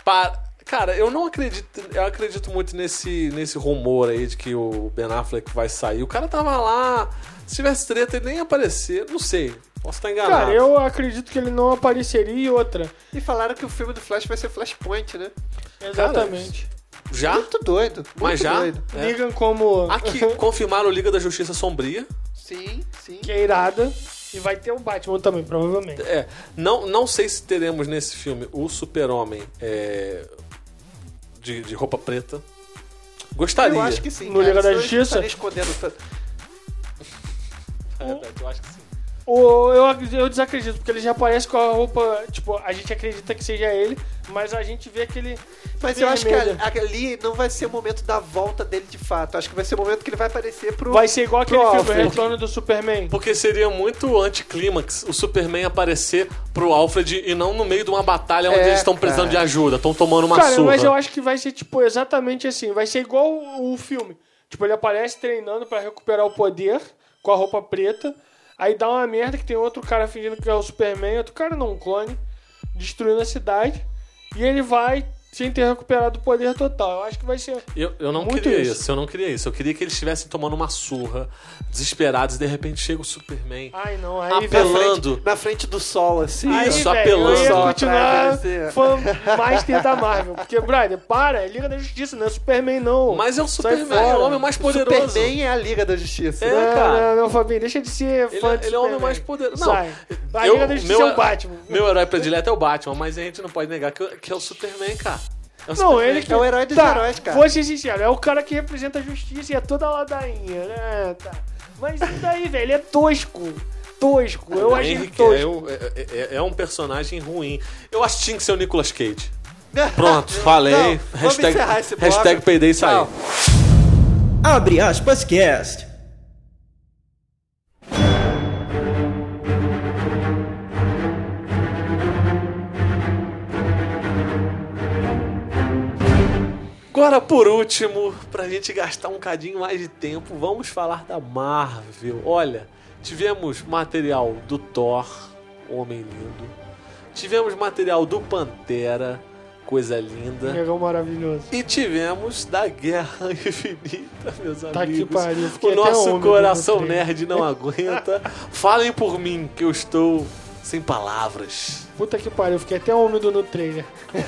[SPEAKER 1] Pa- Cara, eu não acredito. Eu acredito muito nesse, nesse rumor aí de que o Ben Affleck vai sair. O cara tava lá. Se tivesse treta, ele nem ia aparecer. Não sei. Posso estar enganado.
[SPEAKER 2] Cara, eu acredito que ele não apareceria e outra.
[SPEAKER 3] E falaram que o filme do Flash vai ser Flashpoint, né?
[SPEAKER 2] Exatamente.
[SPEAKER 1] Já?
[SPEAKER 3] Muito doido. Muito
[SPEAKER 1] Mas já?
[SPEAKER 3] doido.
[SPEAKER 1] É.
[SPEAKER 2] Ligam como.
[SPEAKER 1] Aqui, confirmaram o Liga da Justiça Sombria.
[SPEAKER 3] Sim, sim.
[SPEAKER 2] que é irada. E vai ter o Batman também, provavelmente.
[SPEAKER 1] É, não, não sei se teremos nesse filme o super-homem é, de, de roupa preta. Gostaria.
[SPEAKER 3] Eu acho que sim.
[SPEAKER 2] No
[SPEAKER 3] cara,
[SPEAKER 2] Liga da
[SPEAKER 3] senão eu
[SPEAKER 2] Justiça?
[SPEAKER 3] estaria escondendo tanto.
[SPEAKER 1] É verdade, eu acho que sim.
[SPEAKER 2] Ou eu, ac- eu desacredito, porque ele já aparece com a roupa. Tipo, a gente acredita que seja ele, mas a gente vê aquele.
[SPEAKER 3] Mas eu acho que
[SPEAKER 2] vermelho.
[SPEAKER 3] a- ali não vai ser o momento da volta dele de fato. Acho que vai ser o momento que ele vai aparecer pro.
[SPEAKER 2] Vai ser igual aquele
[SPEAKER 3] Pro
[SPEAKER 2] filme
[SPEAKER 3] Alfred.
[SPEAKER 2] Retorno do Superman.
[SPEAKER 1] Porque seria muito anticlímax o Superman aparecer pro Alfred e não no meio de uma batalha onde
[SPEAKER 3] É,
[SPEAKER 1] eles estão precisando de
[SPEAKER 3] cara.
[SPEAKER 1] ajuda, estão tomando uma
[SPEAKER 2] Cara,
[SPEAKER 1] surra.
[SPEAKER 2] mas eu acho que vai ser, tipo, exatamente assim. Vai ser igual o, o filme. Tipo, ele aparece treinando pra recuperar o poder com a roupa preta. Aí dá uma merda que tem outro cara fingindo que é o Superman, outro cara não, um clone, destruindo a cidade. E ele vai sem ter recuperado o poder total. Eu acho que vai ser.
[SPEAKER 1] Eu, eu não
[SPEAKER 2] Muito
[SPEAKER 1] queria isso.
[SPEAKER 2] isso.
[SPEAKER 1] eu não queria isso. Eu queria que eles estivessem tomando uma surra, desesperados, e de repente chega o Superman.
[SPEAKER 2] Ai não, aí.
[SPEAKER 3] na
[SPEAKER 1] Apelando.
[SPEAKER 3] frente, na frente do sol, assim.
[SPEAKER 2] Aí,
[SPEAKER 1] Isso,
[SPEAKER 2] velho,
[SPEAKER 1] apelando.
[SPEAKER 2] Eu ia
[SPEAKER 1] Só
[SPEAKER 2] continuar
[SPEAKER 3] atrás, assim.
[SPEAKER 2] fã master da Marvel. Porque, brother, para, é Liga da Justiça, não é Superman, não.
[SPEAKER 1] Mas é o
[SPEAKER 2] Sai
[SPEAKER 1] Superman, é o
[SPEAKER 2] fora.
[SPEAKER 1] homem mais poderoso.
[SPEAKER 3] Superman é a Liga da Justiça.
[SPEAKER 1] É.
[SPEAKER 3] né?
[SPEAKER 2] Não,
[SPEAKER 1] cara.
[SPEAKER 2] não, não, Fabinho, deixa de ser
[SPEAKER 1] Ele,
[SPEAKER 2] fã de
[SPEAKER 1] ele é o homem
[SPEAKER 2] Superman.
[SPEAKER 1] mais poderoso. Não,
[SPEAKER 2] Sai. A
[SPEAKER 1] eu-
[SPEAKER 2] Liga da Justiça é o Batman.
[SPEAKER 1] Meu herói predileto é o Batman, mas a gente não pode negar que, que é o Superman, cara. É o
[SPEAKER 2] Não,
[SPEAKER 1] Superman.
[SPEAKER 2] ele que...
[SPEAKER 3] É o herói dos
[SPEAKER 2] tá,
[SPEAKER 3] heróis, cara.
[SPEAKER 2] Vou ser sincero, é o cara que representa a justiça e é toda ladainha, né? Tá. Mas e daí, velho? Ele é tosco. Tosco. Eu achei ele
[SPEAKER 1] Henry
[SPEAKER 2] tosco.
[SPEAKER 1] Cavill é, é- é um personagem ruim. Eu acho que tinha que ser o Nicolas Cage. Pronto, falei.
[SPEAKER 3] Não, vamos
[SPEAKER 1] hashtag
[SPEAKER 3] encerrar esse bloco.
[SPEAKER 1] hashtag peidei e saí.
[SPEAKER 3] Tchau.
[SPEAKER 4] Abre aspas cast.
[SPEAKER 1] Agora, por último, pra gente gastar um cadinho mais de tempo, vamos falar da Marvel. Olha, tivemos material do Thor, Homem Lindo. Tivemos material do Pantera, coisa linda.
[SPEAKER 2] Negão é um maravilhoso.
[SPEAKER 1] E tivemos da Guerra Infinita, meus
[SPEAKER 2] Tá que
[SPEAKER 1] amigos.
[SPEAKER 2] pariu,
[SPEAKER 1] o
[SPEAKER 2] fiquei até
[SPEAKER 1] nosso
[SPEAKER 2] homem
[SPEAKER 1] coração
[SPEAKER 2] no trem.
[SPEAKER 1] nerd não aguenta. Falem por mim, que eu estou sem palavras.
[SPEAKER 2] Puta que pariu, fiquei até úmido no trailer.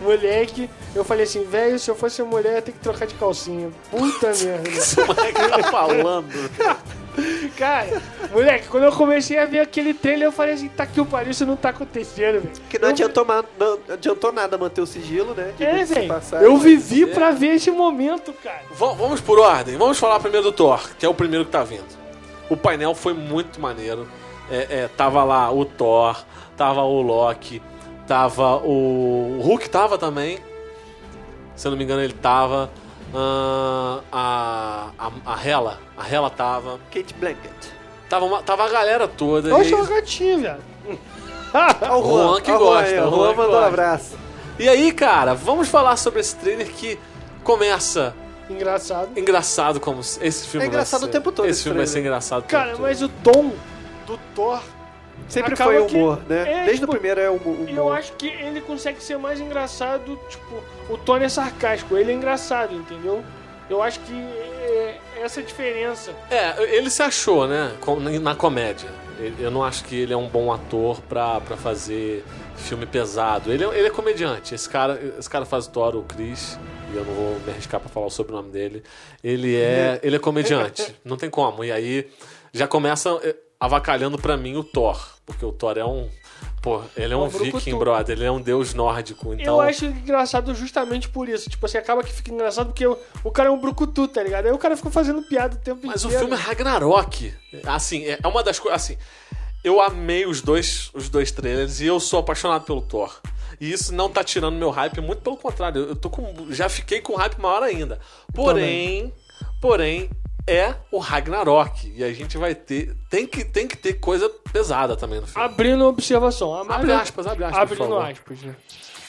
[SPEAKER 2] Moleque, eu falei assim, velho, se eu fosse mulher, eu ia ter que trocar de calcinha. Puta merda.
[SPEAKER 1] Isso o moleque tá falando.
[SPEAKER 2] Cara, moleque, quando eu comecei a ver aquele trailer, eu falei assim, tá que o pariu, isso não tá acontecendo, velho.
[SPEAKER 3] Que não
[SPEAKER 2] Eu-
[SPEAKER 3] adiantou, ma- não adiantou nada manter o sigilo, né? Que
[SPEAKER 2] É,
[SPEAKER 3] se
[SPEAKER 2] velho.
[SPEAKER 3] passar- né?
[SPEAKER 2] Eu vivi pra ver esse momento, cara.
[SPEAKER 1] Va- vamos por ordem. Vamos falar primeiro do Thor, que é o primeiro que tá vindo. O painel foi muito maneiro. É, é, tava lá o Thor, tava o Loki, tava o... o Hulk tava também. Se eu não me engano, ele tava. Ahn, a, a, a Hela. A Hela tava.
[SPEAKER 3] Kate Blanket.
[SPEAKER 1] Tava, uma- tava a galera
[SPEAKER 3] É
[SPEAKER 1] toda.
[SPEAKER 2] Eu
[SPEAKER 1] E,
[SPEAKER 2] achei um gatinho, velho.
[SPEAKER 3] Ó o
[SPEAKER 1] Ah, Juan que gosta,
[SPEAKER 3] aí,
[SPEAKER 1] o
[SPEAKER 3] O
[SPEAKER 1] Juan
[SPEAKER 3] Juan
[SPEAKER 1] que
[SPEAKER 3] mandou um
[SPEAKER 1] gosta.
[SPEAKER 3] abraço.
[SPEAKER 1] e aí, cara, vamos falar sobre esse trailer que começa
[SPEAKER 2] Engraçado.
[SPEAKER 1] engraçado como se- esse filme
[SPEAKER 3] É engraçado
[SPEAKER 1] vai ser.
[SPEAKER 3] o tempo todo
[SPEAKER 1] Esse,
[SPEAKER 3] esse
[SPEAKER 1] filme vai
[SPEAKER 3] trailer.
[SPEAKER 1] ser engraçado. o
[SPEAKER 2] Cara,
[SPEAKER 1] tempo todo.
[SPEAKER 2] mas o tom do Thor,
[SPEAKER 3] Sempre
[SPEAKER 2] Acaba
[SPEAKER 3] foi
[SPEAKER 2] que-
[SPEAKER 3] humor, né?
[SPEAKER 2] é,
[SPEAKER 3] Desde
[SPEAKER 2] tipo,
[SPEAKER 3] o primeiro é humo- humor.
[SPEAKER 2] eu acho que ele consegue ser mais engraçado, tipo, o Tony é sarcástico, ele é engraçado, entendeu? Eu acho que é essa diferença.
[SPEAKER 1] É, ele se achou, né? com- Na comédia. Ele- Eu não acho que ele é um bom ator pra, pra fazer filme pesado. Ele é, ele é comediante. Esse cara, esse cara faz o Thor, o Chris. E eu não vou me arriscar pra falar o sobrenome dele. Ele é, ele é comediante. Não tem como. E aí já começa eh, avacalhando pra mim o Thor. Porque o Thor é um. Pô, ele é um,
[SPEAKER 2] Um brucutu.
[SPEAKER 1] viking, brother. Ele é um deus nórdico. Então.
[SPEAKER 2] Eu acho engraçado justamente por isso. Tipo, assim, acaba que fica engraçado porque o, o cara é um brucutu, tá ligado? Aí o cara fica fazendo piada o tempo
[SPEAKER 1] Mas o
[SPEAKER 2] inteiro.
[SPEAKER 1] filme é Ragnarok. Assim, é é uma das coisas. Assim, eu amei os dois, os dois trailers e eu sou apaixonado pelo Thor. E isso não tá tirando meu hype, muito pelo contrário. Eu tô com, já fiquei com hype maior ainda. Porém, porém, é o Ragnarok. E a gente vai ter. Tem que, tem que ter coisa pesada também no filme.
[SPEAKER 2] Abrindo observação. Ah, A
[SPEAKER 1] é Abre
[SPEAKER 2] Marvel,
[SPEAKER 1] aspas, abre aspas. por
[SPEAKER 2] abrindo
[SPEAKER 1] favor.
[SPEAKER 2] aspas, né?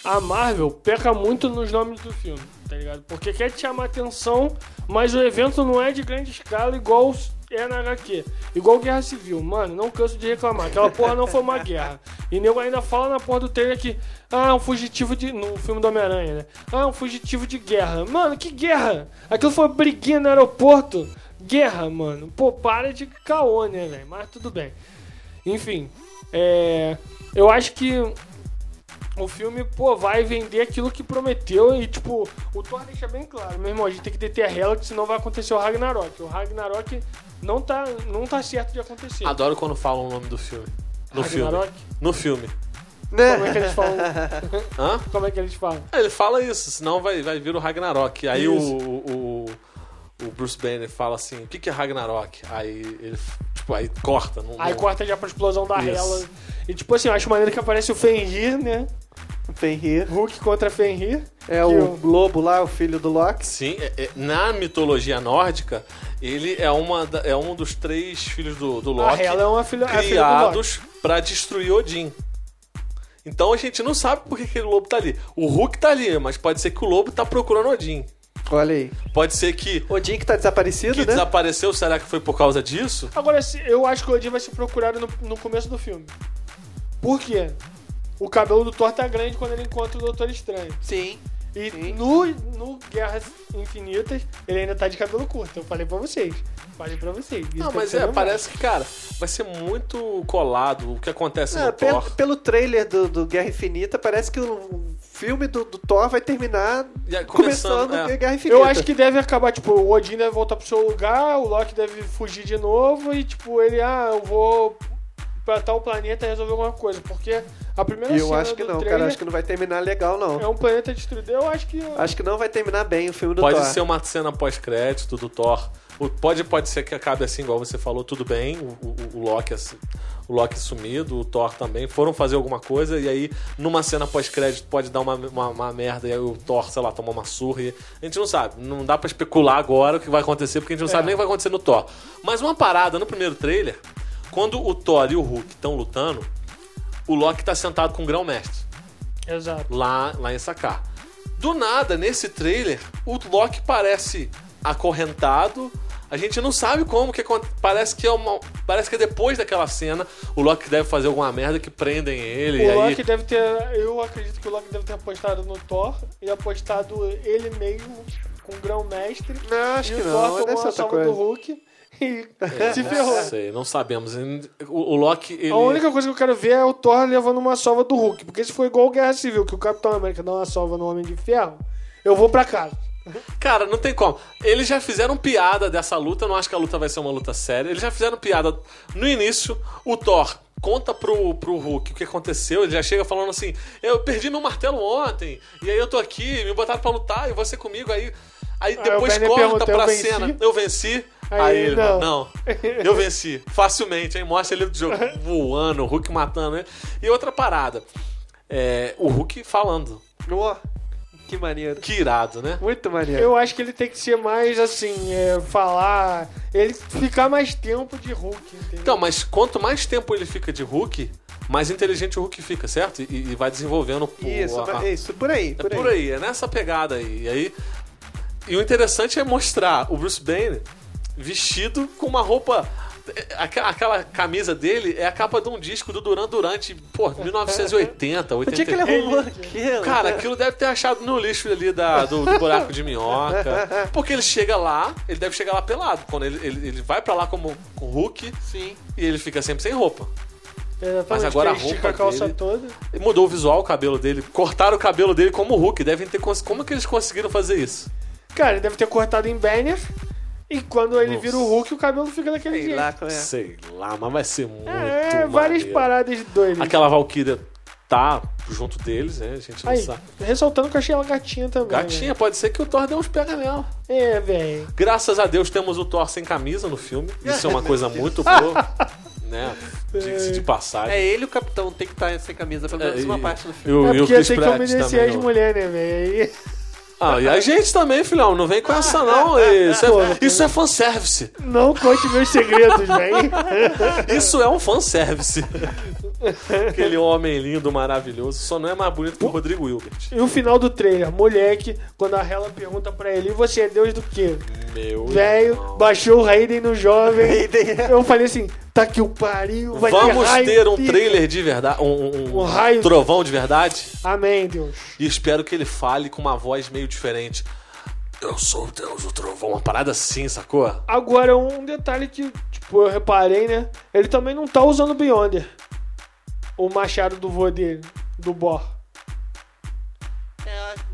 [SPEAKER 2] A Marvel peca muito nos nomes do filme, tá ligado? Porque quer te chamar atenção, mas o evento não é de grande escala igual é na HQ. Igual Guerra Civil. Mano, não canso de reclamar. Aquela porra não foi uma guerra. E nego ainda fala na porra do trailer que. Ah, um fugitivo de. No filme do Homem-Aranha, né? Ah, um fugitivo de guerra. Mano, que guerra? Aquilo foi briguinha no aeroporto. Guerra, mano. Pô, para de caô, né, velho? Mas tudo bem. Enfim, é, eu acho que o filme, pô, vai vender aquilo que prometeu e, tipo, o Thor deixa bem claro, meu irmão, a gente tem que deter a Hela, que senão vai acontecer o Ragnarok. O Ragnarok não tá, não tá certo de acontecer.
[SPEAKER 1] Adoro quando falam o nome do filme. No
[SPEAKER 2] Ragnarok?
[SPEAKER 1] filme. No filme.
[SPEAKER 2] Como é que eles falam?
[SPEAKER 1] Hã?
[SPEAKER 2] Como é que eles falam?
[SPEAKER 1] Ele fala isso, senão vai, vai vir o Ragnarok. Aí o,
[SPEAKER 2] Isso.
[SPEAKER 1] o, o Bruce Banner fala assim: o que, que é Ragnarok? Aí ele, tipo, aí corta. Não,
[SPEAKER 2] Aí
[SPEAKER 1] não-
[SPEAKER 2] corta já pra explosão da
[SPEAKER 1] Isso.
[SPEAKER 2] Hela. E, tipo assim, eu acho maneiro que aparece o Fenrir, né?
[SPEAKER 3] Fenrir.
[SPEAKER 2] Hulk contra Fenrir.
[SPEAKER 3] É
[SPEAKER 2] que
[SPEAKER 3] o lobo lá, o filho do Loki.
[SPEAKER 1] Sim, é- é- na mitologia nórdica, ele é, uma, da- é um dos três filhos do, do
[SPEAKER 2] A
[SPEAKER 1] Loki
[SPEAKER 2] Hela é uma filha, é a filha do Loki.
[SPEAKER 1] criados pra destruir Odin. Então a gente não sabe por que aquele lobo tá ali. O Hulk tá ali, mas pode ser que o lobo tá procurando Odin.
[SPEAKER 3] Olha aí.
[SPEAKER 1] Pode ser que,
[SPEAKER 3] Odin que tá desaparecido,
[SPEAKER 1] que
[SPEAKER 3] né?
[SPEAKER 1] desapareceu, será que foi por causa disso?
[SPEAKER 2] Agora, se- eu acho que o Odin vai ser procurado no, no começo do filme. Por quê? O cabelo do Thor tá grande quando ele encontra o Doutor Estranho.
[SPEAKER 3] Sim.
[SPEAKER 2] E
[SPEAKER 3] Sim.
[SPEAKER 2] no, no Guerras Infinitas, ele ainda tá de cabelo curto. Eu falei pra vocês. Falei pra vocês. Isso
[SPEAKER 1] Não,
[SPEAKER 2] tem que
[SPEAKER 1] mas
[SPEAKER 2] ser
[SPEAKER 1] é,
[SPEAKER 2] lembrado.
[SPEAKER 1] parece que, cara, vai ser muito colado o que acontece
[SPEAKER 3] Ah,
[SPEAKER 1] no
[SPEAKER 3] pelo,
[SPEAKER 1] Thor.
[SPEAKER 3] pelo trailer do, do Guerra Infinita, parece que o filme do, do Thor vai terminar
[SPEAKER 1] E aí, começando,
[SPEAKER 3] começando
[SPEAKER 1] é.
[SPEAKER 3] a Guerra Infinita.
[SPEAKER 2] Eu acho que deve acabar, tipo, o Odin deve voltar pro seu lugar, o Loki deve fugir de novo e, tipo, ele, ah, eu vou pra tal planeta resolver alguma coisa. Porque a primeira
[SPEAKER 3] Eu
[SPEAKER 2] cena
[SPEAKER 3] acho que
[SPEAKER 2] do
[SPEAKER 3] não,
[SPEAKER 2] trailer
[SPEAKER 3] cara. Acho que não vai terminar legal, não. Ah.
[SPEAKER 2] é um planeta destruído. Eu acho que...
[SPEAKER 3] Acho que não vai terminar bem o filme do
[SPEAKER 1] Pode
[SPEAKER 3] Thor.
[SPEAKER 1] ser uma cena pós-crédito do Thor. O- pode, pode ser que acabe assim, igual você falou, tudo bem, o, o- o Loki assim, o Loki sumido, o Thor também, foram fazer alguma coisa e aí numa cena pós-crédito pode dar uma, uma, uma merda e aí o Thor, sei lá, tomar uma surra. e- a gente não sabe, não dá pra especular agora o que vai acontecer porque a gente não sabe nem o que vai acontecer no Thor. Mas uma parada no primeiro trailer, quando o Thor e o Hulk estão lutando, o Loki tá sentado com o grão-mestre
[SPEAKER 2] Exato.
[SPEAKER 1] lá, lá em Sakaar. Do nada, nesse trailer, o Loki parece acorrentado. A gente não sabe como que aconte- parece que é uma parece que é depois daquela cena o Loki deve fazer alguma merda que prendem ele e
[SPEAKER 2] O Loki
[SPEAKER 1] aí
[SPEAKER 2] deve ter. Eu acredito que o Loki deve ter apostado no Thor e apostado ele mesmo com o grão mestre.
[SPEAKER 3] Não, acho
[SPEAKER 2] e
[SPEAKER 3] que
[SPEAKER 2] o
[SPEAKER 3] não, deve
[SPEAKER 2] Thor tomou
[SPEAKER 3] ser
[SPEAKER 2] uma
[SPEAKER 3] outra
[SPEAKER 2] salva
[SPEAKER 3] coisa.
[SPEAKER 2] do Hulk e se
[SPEAKER 1] É, não
[SPEAKER 2] ferrou.
[SPEAKER 1] sei, não sabemos. O, o Loki ele
[SPEAKER 2] A única coisa que eu quero ver é o Thor levando uma sova do Hulk. Porque se for igual Guerra Civil, que o Capitão América dá uma sova no Homem de Ferro, eu vou pra casa.
[SPEAKER 1] Cara, não tem como. Eles já fizeram piada dessa luta, eu não acho que a luta vai ser uma luta séria. Eles já fizeram piada no início, o Thor conta pro, pro Hulk o que aconteceu, ele já chega falando assim: "Eu perdi meu martelo ontem, e aí eu tô aqui, me botaram pra lutar e você comigo aí". Aí
[SPEAKER 2] Aí
[SPEAKER 1] depois
[SPEAKER 2] o Banner
[SPEAKER 1] corta
[SPEAKER 2] Ah, pergunta, "Eu
[SPEAKER 1] pra
[SPEAKER 2] venci?"
[SPEAKER 1] cena, eu venci. Aí,
[SPEAKER 2] Aí,
[SPEAKER 1] ele, não.
[SPEAKER 2] não.
[SPEAKER 1] eu venci, facilmente. Aí mostra ele do jogo voando, o Hulk matando, né? E outra parada, é, o Hulk falando.
[SPEAKER 3] Ó, que maneiro.
[SPEAKER 1] Que irado, né?
[SPEAKER 3] Muito maneiro.
[SPEAKER 2] Eu acho que ele tem que ser mais assim, é, falar. Ele ficar mais tempo de Hulk, entendeu?
[SPEAKER 1] Então, mas quanto mais tempo ele fica de Hulk, mais inteligente o Hulk fica, certo? E, e vai desenvolvendo o,
[SPEAKER 3] Isso,
[SPEAKER 1] a-
[SPEAKER 3] mas-
[SPEAKER 1] a-
[SPEAKER 3] isso, por aí,
[SPEAKER 1] é
[SPEAKER 3] por aí.
[SPEAKER 1] por aí, é nessa pegada aí. E aí e o interessante é mostrar o Bruce Banner vestido com uma roupa é, aque- Aquela camisa dele é a capa de um disco do Duran Durante, pô, 1980,
[SPEAKER 3] Onde é que ele
[SPEAKER 1] 80.
[SPEAKER 3] arrumou aquilo?
[SPEAKER 1] Cara, aquilo deve ter achado no lixo ali da, do, do buraco de minhoca. Porque ele chega lá, ele deve chegar lá pelado. Quando ele, ele, ele vai pra lá como com o Hulk,
[SPEAKER 3] Sim.
[SPEAKER 1] e ele fica sempre sem roupa.
[SPEAKER 2] É, Exatamente,
[SPEAKER 1] mas agora
[SPEAKER 2] que ele
[SPEAKER 1] a roupa
[SPEAKER 2] estica a calça
[SPEAKER 1] dele-
[SPEAKER 2] toda.
[SPEAKER 1] E mudou o visual, o cabelo dele. Cortaram o cabelo dele como o Hulk. Devem ter cons... Como que eles conseguiram fazer isso?
[SPEAKER 2] Cara, ele deve ter cortado em banner. E quando ele
[SPEAKER 1] Nossa.
[SPEAKER 2] vira o Hulk, o cabelo fica daquele
[SPEAKER 3] Sei
[SPEAKER 2] jeito.
[SPEAKER 3] lá como é.
[SPEAKER 1] Sei lá, mas vai ser muito.
[SPEAKER 2] É, várias
[SPEAKER 1] maneiro.
[SPEAKER 2] paradas doidas.
[SPEAKER 1] Aquela Valkyria tá junto deles, né? A gente não
[SPEAKER 2] Aí,
[SPEAKER 1] sabe.
[SPEAKER 2] ressaltando que eu achei ela gatinha também.
[SPEAKER 1] Gatinha, pode ser que o Thor dê uns pega nela.
[SPEAKER 2] né? É, velho.
[SPEAKER 1] Graças a Deus temos o Thor sem camisa no filme. Isso é uma coisa muito boa, né? Diga-se de passagem.
[SPEAKER 3] É ele o capitão, É, tem que estar sem camisa, pelo menos uma parte do
[SPEAKER 1] E o-
[SPEAKER 3] filme.
[SPEAKER 1] e
[SPEAKER 2] É
[SPEAKER 1] o
[SPEAKER 2] porque
[SPEAKER 1] Chris
[SPEAKER 2] tem que
[SPEAKER 1] Pratt
[SPEAKER 2] obedecer
[SPEAKER 1] também,
[SPEAKER 2] as
[SPEAKER 1] ó.
[SPEAKER 2] mulheres, né, velho? Aí-
[SPEAKER 1] Ah, e a gente também, filhão. Não vem com essa, não. Isso é, isso é fanservice.
[SPEAKER 2] Não conte meus segredos, velho.
[SPEAKER 1] Isso é um fanservice. Aquele homem lindo, maravilhoso. Só não é mais bonito que o Rodrigo Wilbert.
[SPEAKER 2] E o final do trailer, moleque, quando a Hela pergunta pra ele, "E você é deus do quê?
[SPEAKER 1] Meu
[SPEAKER 2] Velho,
[SPEAKER 1] irmão.
[SPEAKER 2] baixou o Raiden no jovem.
[SPEAKER 3] Raiden.
[SPEAKER 2] Eu falei assim, tá que o pariu, vai
[SPEAKER 1] é. Vamos
[SPEAKER 2] raio
[SPEAKER 1] ter um
[SPEAKER 2] pica.
[SPEAKER 1] trailer de verdade, um, um- um
[SPEAKER 2] Um raio-
[SPEAKER 1] trovão de verdade.
[SPEAKER 2] Amém, Deus.
[SPEAKER 1] E espero que ele fale com uma voz meio diferente. Eu sou o Deus do Trovão. Uma parada assim, sacou?
[SPEAKER 2] Agora, um detalhe que, tipo, eu reparei, né? Ele também não tá usando o Beyonder. O machado do vô dele, do Bor.
[SPEAKER 3] É, eu acho-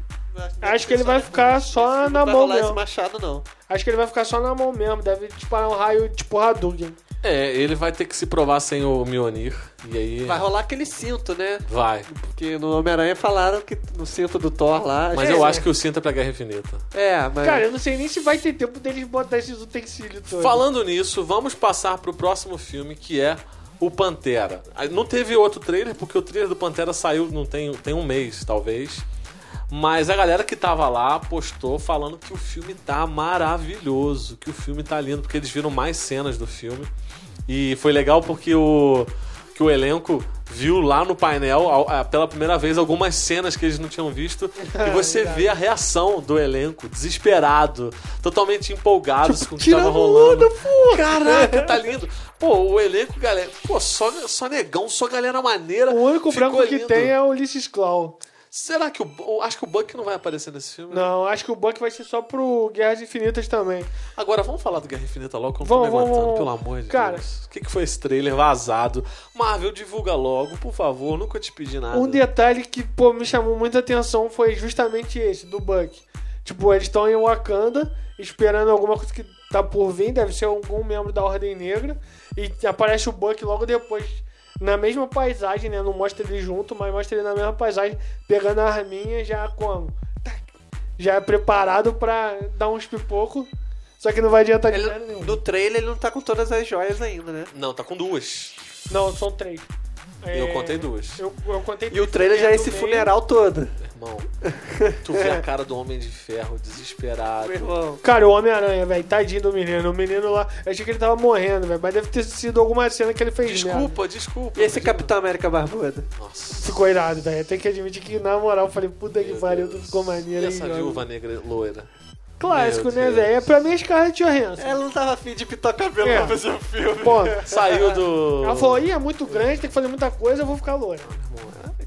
[SPEAKER 3] eu
[SPEAKER 2] Acho que ele vai
[SPEAKER 3] só-
[SPEAKER 2] ficar só
[SPEAKER 3] não
[SPEAKER 2] na
[SPEAKER 3] vai
[SPEAKER 2] mão
[SPEAKER 3] rolar
[SPEAKER 2] mesmo.
[SPEAKER 3] esse machado, não.
[SPEAKER 2] Acho que ele vai ficar só na mão mesmo, deve disparar um raio tipo Hadouken.
[SPEAKER 1] É, ele vai ter que se provar sem o Mionir. E aí.
[SPEAKER 3] Vai rolar aquele cinto, né?
[SPEAKER 1] Vai.
[SPEAKER 3] Porque no Homem-Aranha falaram que no cinto do Thor lá.
[SPEAKER 1] Mas eu acho que o cinto é pra Guerra Infinita.
[SPEAKER 3] É, mas.
[SPEAKER 2] Cara, eu não sei nem se vai ter tempo deles botar esses utensílios todos.
[SPEAKER 1] Falando nisso, vamos passar pro próximo filme que é o Pantera. Ah, Não teve outro trailer, porque o trailer do Pantera saiu não tem, tem um mês, talvez. Mas a galera que tava lá postou falando que o filme tá maravilhoso, que o filme tá lindo, porque eles viram mais cenas do filme. E foi legal porque o, que o elenco viu lá no painel, ao- a- pela primeira vez, algumas cenas que eles não tinham visto. E você vê a reação do elenco, desesperado, totalmente empolgados com o que tava
[SPEAKER 3] tirando
[SPEAKER 1] rolando. Caraca,
[SPEAKER 2] É.
[SPEAKER 1] tá lindo. Pô, o elenco, galera. Pô, só, só negão, só galera maneira.
[SPEAKER 2] O único
[SPEAKER 1] Ficou
[SPEAKER 2] branco que
[SPEAKER 1] lindo.
[SPEAKER 2] tem é o Ulysses Claw.
[SPEAKER 1] Será que o. o- Acho que o Buck não vai aparecer nesse filme. né?
[SPEAKER 2] Não, acho que o Buck vai ser só pro Guerras Infinitas também.
[SPEAKER 1] Agora vamos falar do Guerra Infinita logo, que eu não
[SPEAKER 2] Vamos,
[SPEAKER 1] tô me
[SPEAKER 2] vamos,
[SPEAKER 1] aguentando,
[SPEAKER 2] vamos.
[SPEAKER 1] pelo amor de
[SPEAKER 2] Cara.
[SPEAKER 1] Deus. O que, que foi esse trailer vazado? Marvel, divulga logo, por favor, nunca te pedi nada.
[SPEAKER 2] Um detalhe que, pô, me chamou muita atenção foi justamente esse, do Buck. Tipo, eles estão em Wakanda, esperando alguma coisa que tá por vir, deve ser algum membro da Ordem Negra, e aparece o Buck logo depois, na mesma paisagem, né? Não mostra ele junto, mas mostra ele na mesma paisagem, pegando a arminha já como? Tac. Já é preparado pra dar uns pipocos, só que não vai adiantar de nada
[SPEAKER 3] Ele,
[SPEAKER 2] nenhum.
[SPEAKER 3] no trailer ele não tá com todas as joias ainda, né?
[SPEAKER 1] Não, tá com duas.
[SPEAKER 2] Não, são três.
[SPEAKER 1] Eu
[SPEAKER 2] É,
[SPEAKER 1] contei duas.
[SPEAKER 2] Eu, eu contei
[SPEAKER 3] E o trailer já é
[SPEAKER 2] do
[SPEAKER 3] esse
[SPEAKER 2] meio.
[SPEAKER 3] funeral todo.
[SPEAKER 1] Irmão, tu vê a cara do Homem de Ferro desesperado.
[SPEAKER 3] Meu irmão.
[SPEAKER 2] Cara, o Homem-Aranha, velho, tadinho do menino. O menino lá, eu achei que ele tava morrendo, velho, mas deve ter sido alguma cena que ele fez merda.
[SPEAKER 1] Desculpa, desculpa.
[SPEAKER 3] E esse
[SPEAKER 1] imagina.
[SPEAKER 3] Capitão América Barbudo?
[SPEAKER 1] Nossa.
[SPEAKER 2] Ficou irado, velho. Tem que admitir que, na moral, eu falei, puta é que
[SPEAKER 1] meu
[SPEAKER 2] pariu, tu
[SPEAKER 1] Deus.
[SPEAKER 2] ficou maneiro,
[SPEAKER 1] E
[SPEAKER 2] hein,
[SPEAKER 1] essa
[SPEAKER 2] jovem?
[SPEAKER 1] viúva negra loira.
[SPEAKER 2] Clássico,
[SPEAKER 1] Meu
[SPEAKER 2] né,
[SPEAKER 1] Deus.
[SPEAKER 2] velho? É pra mim a Scarlett Johansson.
[SPEAKER 3] Ela não tava afim de pintar o cabelo
[SPEAKER 2] É.
[SPEAKER 3] pra fazer o filme.
[SPEAKER 2] Pô,
[SPEAKER 1] Saiu do.
[SPEAKER 2] ela falou, ih, é muito grande, tem que fazer muita coisa, eu vou ficar loira.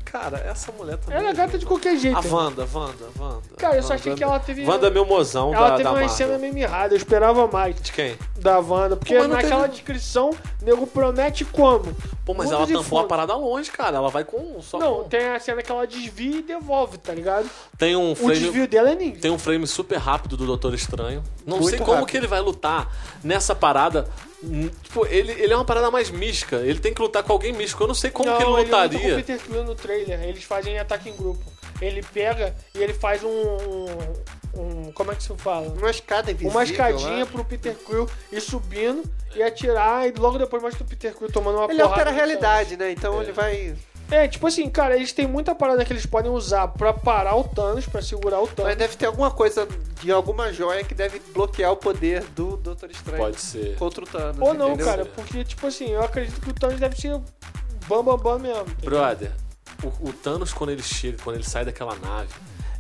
[SPEAKER 1] Cara, essa mulher
[SPEAKER 3] tá
[SPEAKER 1] também.
[SPEAKER 2] Ela é gata de qualquer jeito.
[SPEAKER 1] A Wanda, Wanda, Wanda.
[SPEAKER 2] Cara, eu só
[SPEAKER 1] Wanda-
[SPEAKER 2] achei que ela teve-
[SPEAKER 1] Wanda é meu mozão
[SPEAKER 2] Ela
[SPEAKER 1] da,
[SPEAKER 2] teve
[SPEAKER 1] da
[SPEAKER 2] uma
[SPEAKER 1] Marvel.
[SPEAKER 2] cena meio mirrada, eu esperava mais
[SPEAKER 1] De quem?
[SPEAKER 2] da Wanda, porque
[SPEAKER 1] Pô, mas não
[SPEAKER 2] naquela
[SPEAKER 1] teve-
[SPEAKER 2] descrição, o nego promete como.
[SPEAKER 1] Pô, mas
[SPEAKER 2] Mundo
[SPEAKER 1] ela
[SPEAKER 2] de
[SPEAKER 1] tampou a
[SPEAKER 2] fome.
[SPEAKER 1] parada longe, cara. Ela vai com um só.
[SPEAKER 2] Não,
[SPEAKER 1] com-
[SPEAKER 2] tem a cena que ela desvia e devolve, tá ligado?
[SPEAKER 1] Tem um
[SPEAKER 2] O
[SPEAKER 1] frame.
[SPEAKER 2] desvio dela é ninja.
[SPEAKER 1] Tem um frame super rápido do Doutor Estranho. Não
[SPEAKER 3] Muito
[SPEAKER 1] sei como
[SPEAKER 3] rápido.
[SPEAKER 1] que ele vai lutar nessa parada. Hum, Tipo, ele, ele é uma parada mais mística. Ele tem que lutar com alguém místico. Eu não sei como que ele
[SPEAKER 2] luta
[SPEAKER 1] lutaria.
[SPEAKER 2] com o Peter Quill no trailer. Eles fazem ataque em grupo. Ele pega e ele faz um. um- como é que se fala?
[SPEAKER 3] Uma escada invisível. né?
[SPEAKER 2] Uma escadinha
[SPEAKER 3] lá.
[SPEAKER 2] pro Peter Quill ir subindo e atirar, e logo depois mostra o Peter Quill tomando uma
[SPEAKER 3] Ele
[SPEAKER 2] porrada
[SPEAKER 3] altera a
[SPEAKER 2] no
[SPEAKER 3] realidade, né? Então ele vai.
[SPEAKER 2] Thanos. É, tipo assim, cara, eles têm muita parada que eles podem usar pra parar o Thanos, pra segurar o Thanos.
[SPEAKER 3] Mas deve ter alguma coisa de alguma joia que deve bloquear o poder do Doutor Estranho
[SPEAKER 1] Pode ser.
[SPEAKER 3] contra o Thanos.
[SPEAKER 2] Ou não,
[SPEAKER 3] entendeu?
[SPEAKER 2] cara, porque, tipo assim, eu acredito que o Thanos deve ser bam bam bam mesmo.
[SPEAKER 1] Brother, o, o Thanos, quando ele chega, quando ele sai daquela nave,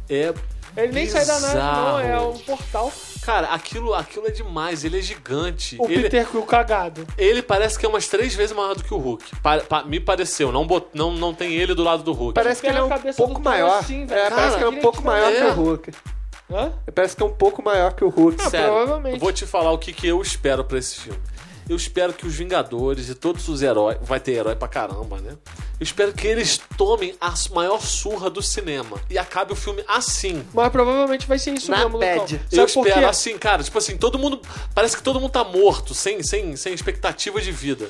[SPEAKER 1] é.
[SPEAKER 2] Ele nem sai da nave, não, é
[SPEAKER 1] bizarro.
[SPEAKER 2] um portal.
[SPEAKER 1] Cara, aquilo, aquilo é demais. Ele é gigante.
[SPEAKER 2] O
[SPEAKER 1] ele,
[SPEAKER 2] Peter Quill cagado.
[SPEAKER 1] ele parece que é umas três vezes maior do que o Hulk. Pa- pa- me pareceu. Não, bot- não, não tem ele do lado do Hulk.
[SPEAKER 3] Parece que ele é
[SPEAKER 2] Pela
[SPEAKER 3] um
[SPEAKER 2] cabeça do
[SPEAKER 3] pouco
[SPEAKER 2] Thor
[SPEAKER 3] maior.
[SPEAKER 2] assim, velho.
[SPEAKER 3] é, parece
[SPEAKER 2] Cara,
[SPEAKER 3] que é um pouco maior que
[SPEAKER 1] é.
[SPEAKER 3] o Hulk.
[SPEAKER 2] Hã?
[SPEAKER 3] Parece que é um pouco maior que o Hulk.
[SPEAKER 2] Ah,
[SPEAKER 1] Sério,
[SPEAKER 2] provavelmente.
[SPEAKER 1] eu vou te falar o que, que eu espero pra esse filme. Eu espero que os Vingadores e todos os heróis. Vai ter herói pra caramba, né? Eu espero que eles tomem a maior surra do cinema e acabe o filme assim.
[SPEAKER 2] Mas provavelmente vai ser isso
[SPEAKER 3] Na
[SPEAKER 2] mesmo, Lucão.
[SPEAKER 3] bad.
[SPEAKER 1] Eu
[SPEAKER 2] Sabe por quê?
[SPEAKER 1] espero assim, cara, tipo assim, todo mundo. Parece que todo mundo tá morto, sem, sem, sem expectativa de vida.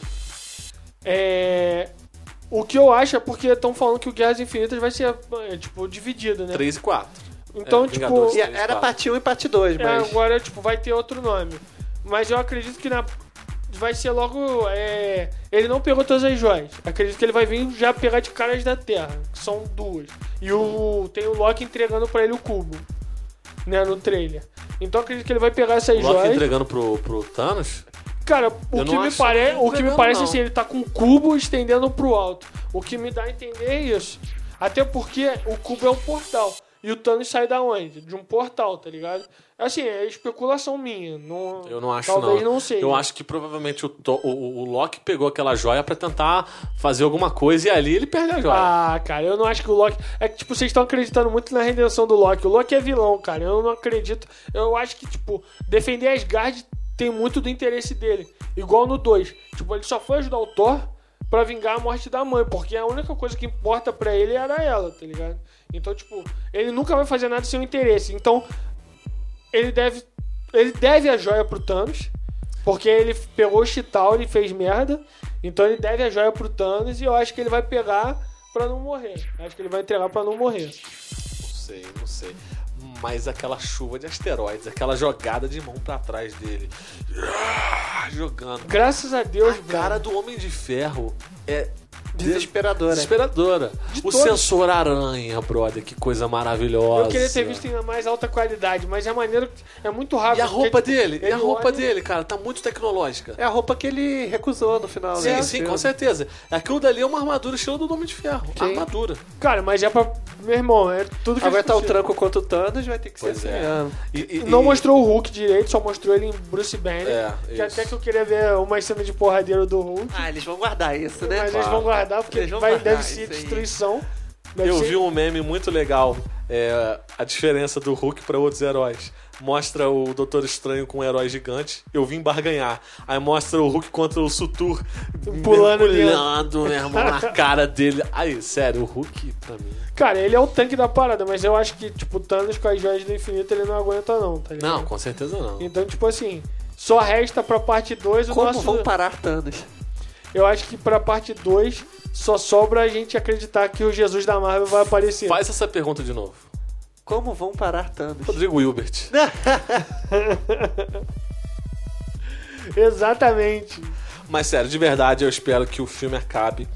[SPEAKER 2] É... O que eu acho é porque estão falando que o Guerras Infinitas vai ser, é, tipo, dividido, né?
[SPEAKER 1] 3 e 4.
[SPEAKER 2] Então,
[SPEAKER 1] é,
[SPEAKER 2] tipo,
[SPEAKER 1] Vingadores.
[SPEAKER 3] E era parte 1 e parte 2,
[SPEAKER 2] é,
[SPEAKER 3] mas.
[SPEAKER 2] agora, tipo, vai ter outro nome. Mas eu acredito que na... vai ser logo... é, Ele não pegou todas as joias. Acredito que ele vai vir já pegar de caras da Terra, que são duas. E o... tem o Loki entregando pra ele o cubo. né, no trailer. Então eu acredito que ele vai pegar essas
[SPEAKER 1] Loki
[SPEAKER 2] joias.
[SPEAKER 1] entregando pro, pro Thanos?
[SPEAKER 2] Cara,
[SPEAKER 1] Eu
[SPEAKER 2] o que,
[SPEAKER 1] não
[SPEAKER 2] me
[SPEAKER 1] acho
[SPEAKER 2] pare... o que me
[SPEAKER 1] entregando,
[SPEAKER 2] parece
[SPEAKER 1] não.
[SPEAKER 2] assim, ele tá com o cubo estendendo pro alto. O que me dá a entender é isso. Até porque o cubo é um portal. E o Thanos sai da onde? De um portal, tá ligado? Assim, é especulação minha. Não...
[SPEAKER 1] Eu não acho,
[SPEAKER 2] Talvez não,
[SPEAKER 1] não.
[SPEAKER 2] seja.
[SPEAKER 1] Eu acho que provavelmente o, To- o, o- o Loki pegou aquela joia pra tentar fazer alguma coisa e ali ele perde a joia.
[SPEAKER 2] Ah, cara, eu não acho que o Loki. É que, tipo, vocês estão acreditando muito na redenção do Loki. O Loki é vilão, cara. Eu não acredito. Eu acho que, tipo, defender Asgard tem muito do interesse dele. Igual no 2. Tipo, ele só foi ajudar o Thor pra vingar a morte da mãe. Porque a única coisa que importa pra ele era ela, tá ligado? Então, tipo, ele nunca vai fazer nada sem o interesse. Então, ele deve. Ele deve a joia pro Thanos. Porque ele pegou o Chitauri e fez merda. Então ele deve a joia pro Thanos e eu acho que ele vai pegar pra não morrer. Acho que ele vai entregar pra não morrer.
[SPEAKER 1] Não sei, não sei. Mas aquela chuva de asteroides, aquela jogada de mão pra trás dele. Ah, Jogando.
[SPEAKER 2] Graças a Deus,
[SPEAKER 1] A cara
[SPEAKER 2] Bruno.
[SPEAKER 1] do Homem de Ferro é
[SPEAKER 3] Desesperadora.
[SPEAKER 1] desesperadora.
[SPEAKER 2] De
[SPEAKER 1] o
[SPEAKER 2] todos.
[SPEAKER 1] sensor aranha, brother, que coisa maravilhosa.
[SPEAKER 2] Eu queria ter visto em mais alta qualidade, mas é maneiro. É muito rápido.
[SPEAKER 1] E a roupa
[SPEAKER 2] porque, tipo,
[SPEAKER 1] dele? E
[SPEAKER 2] ele
[SPEAKER 1] a roupa
[SPEAKER 2] olha-
[SPEAKER 1] dele, cara, tá muito tecnológica.
[SPEAKER 3] É a roupa que ele recusou no final,
[SPEAKER 1] Sim,
[SPEAKER 3] né?
[SPEAKER 1] sim, com certeza. Aquilo dali é uma armadura estilo do Homem de Ferro.
[SPEAKER 3] Sim.
[SPEAKER 1] Armadura.
[SPEAKER 2] Cara, mas é pra. Meu irmão, é tudo que
[SPEAKER 3] Agora
[SPEAKER 2] eles
[SPEAKER 3] tá o
[SPEAKER 2] precisam.
[SPEAKER 3] tranco contra o Thanos, vai ter que
[SPEAKER 1] Pois
[SPEAKER 3] ser
[SPEAKER 1] é.
[SPEAKER 3] assim. ah,
[SPEAKER 1] E, e-
[SPEAKER 2] Não
[SPEAKER 1] e-
[SPEAKER 2] mostrou o Hulk direito, só mostrou ele em Bruce Banner.
[SPEAKER 1] É,
[SPEAKER 2] que
[SPEAKER 1] isso.
[SPEAKER 2] até que eu queria ver uma cena de porradeiro do Hulk.
[SPEAKER 3] Ah, eles vão guardar isso, né?
[SPEAKER 2] mas eles vão guardar porque
[SPEAKER 3] Eles vão
[SPEAKER 2] vai,
[SPEAKER 3] guardar
[SPEAKER 2] deve ser
[SPEAKER 3] isso aí.
[SPEAKER 2] destruição. Deve
[SPEAKER 1] Eu
[SPEAKER 2] ser-
[SPEAKER 1] vi um meme muito legal. é, a diferença do Hulk pra outros heróis. Mostra o Doutor Estranho com um herói gigante. Eu vim barganhar. Aí mostra o Hulk contra o Sutur.
[SPEAKER 2] Pulando
[SPEAKER 1] mergulhando, meu irmão, na cara dele. Aí, sério, o Hulk pra mim.
[SPEAKER 2] Cara, ele é o tanque da parada, mas eu acho que, tipo, Thanos com as joias do infinito ele não aguenta, não, tá ligado?
[SPEAKER 1] Não, com certeza não.
[SPEAKER 2] Então, tipo assim, só resta pra parte 2 o
[SPEAKER 3] Como
[SPEAKER 2] nosso.
[SPEAKER 3] vão parar Thanos?
[SPEAKER 2] Eu acho que pra parte 2 só sobra a gente acreditar que o Jesus da Marvel vai aparecer.
[SPEAKER 1] Faz essa pergunta de novo.
[SPEAKER 3] Como vão parar Thanos?
[SPEAKER 1] Rodrigo Hilbert.
[SPEAKER 2] Exatamente.
[SPEAKER 1] Mas sério, de verdade, eu espero que o filme acabe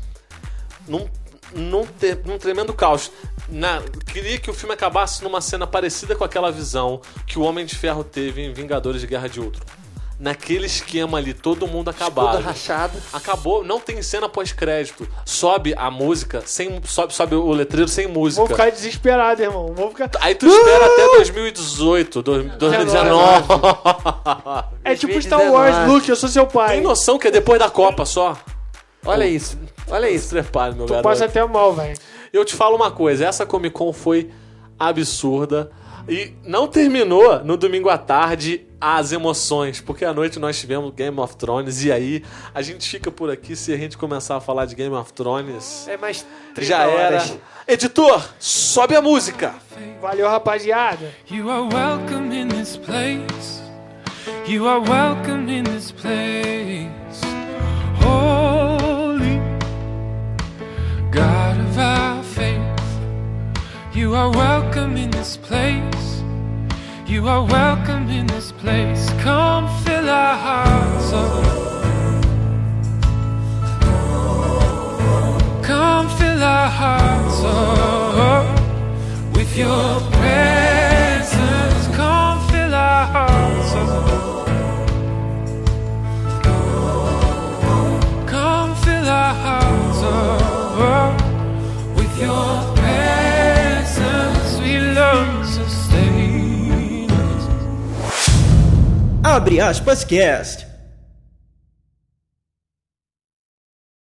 [SPEAKER 1] num, num, te- num tremendo caos. Na- queria que o filme acabasse numa cena parecida com aquela visão que o Homem de Ferro teve em Vingadores de Guerra de Ultron. Naquele esquema ali, todo mundo
[SPEAKER 3] Tudo
[SPEAKER 1] acabado.
[SPEAKER 3] rachado.
[SPEAKER 1] Acabou, não tem cena pós-crédito. Sobe a música, sem, sobe, sobe o letreiro sem música.
[SPEAKER 2] Vou ficar desesperado, irmão. Vou ficar.
[SPEAKER 1] Aí tu espera até 2018, dois- 2019.
[SPEAKER 2] É tipo Star Wars,
[SPEAKER 3] 2019.
[SPEAKER 2] Luke, eu sou seu pai.
[SPEAKER 1] Tem noção que é depois da Copa só?
[SPEAKER 3] Olha isso.
[SPEAKER 1] Olha isso. Trepado, meu
[SPEAKER 2] Tu
[SPEAKER 1] garoto.
[SPEAKER 2] passa até mal, velho.
[SPEAKER 1] Eu te falo uma coisa, essa Comic Con foi absurda e não terminou no domingo à tarde as emoções, porque à noite nós tivemos Game of Thrones e aí a gente fica por aqui se a gente começar a falar de Game of Thrones.
[SPEAKER 3] É mais 30
[SPEAKER 1] Já era.
[SPEAKER 3] horas.
[SPEAKER 1] Editor, sobe a música.
[SPEAKER 2] Valeu, rapaziada.
[SPEAKER 5] You are welcome in this place. You are welcome in this place. Holy God of our faith. You are welcome in this place. You are welcome in this place. Come fill our hearts oh. up. Come fill our hearts oh. up with your presence. Come fill our hearts. oh up. Come fill our hearts up with your presence. We love sustain us.
[SPEAKER 4] Abre aspas cast.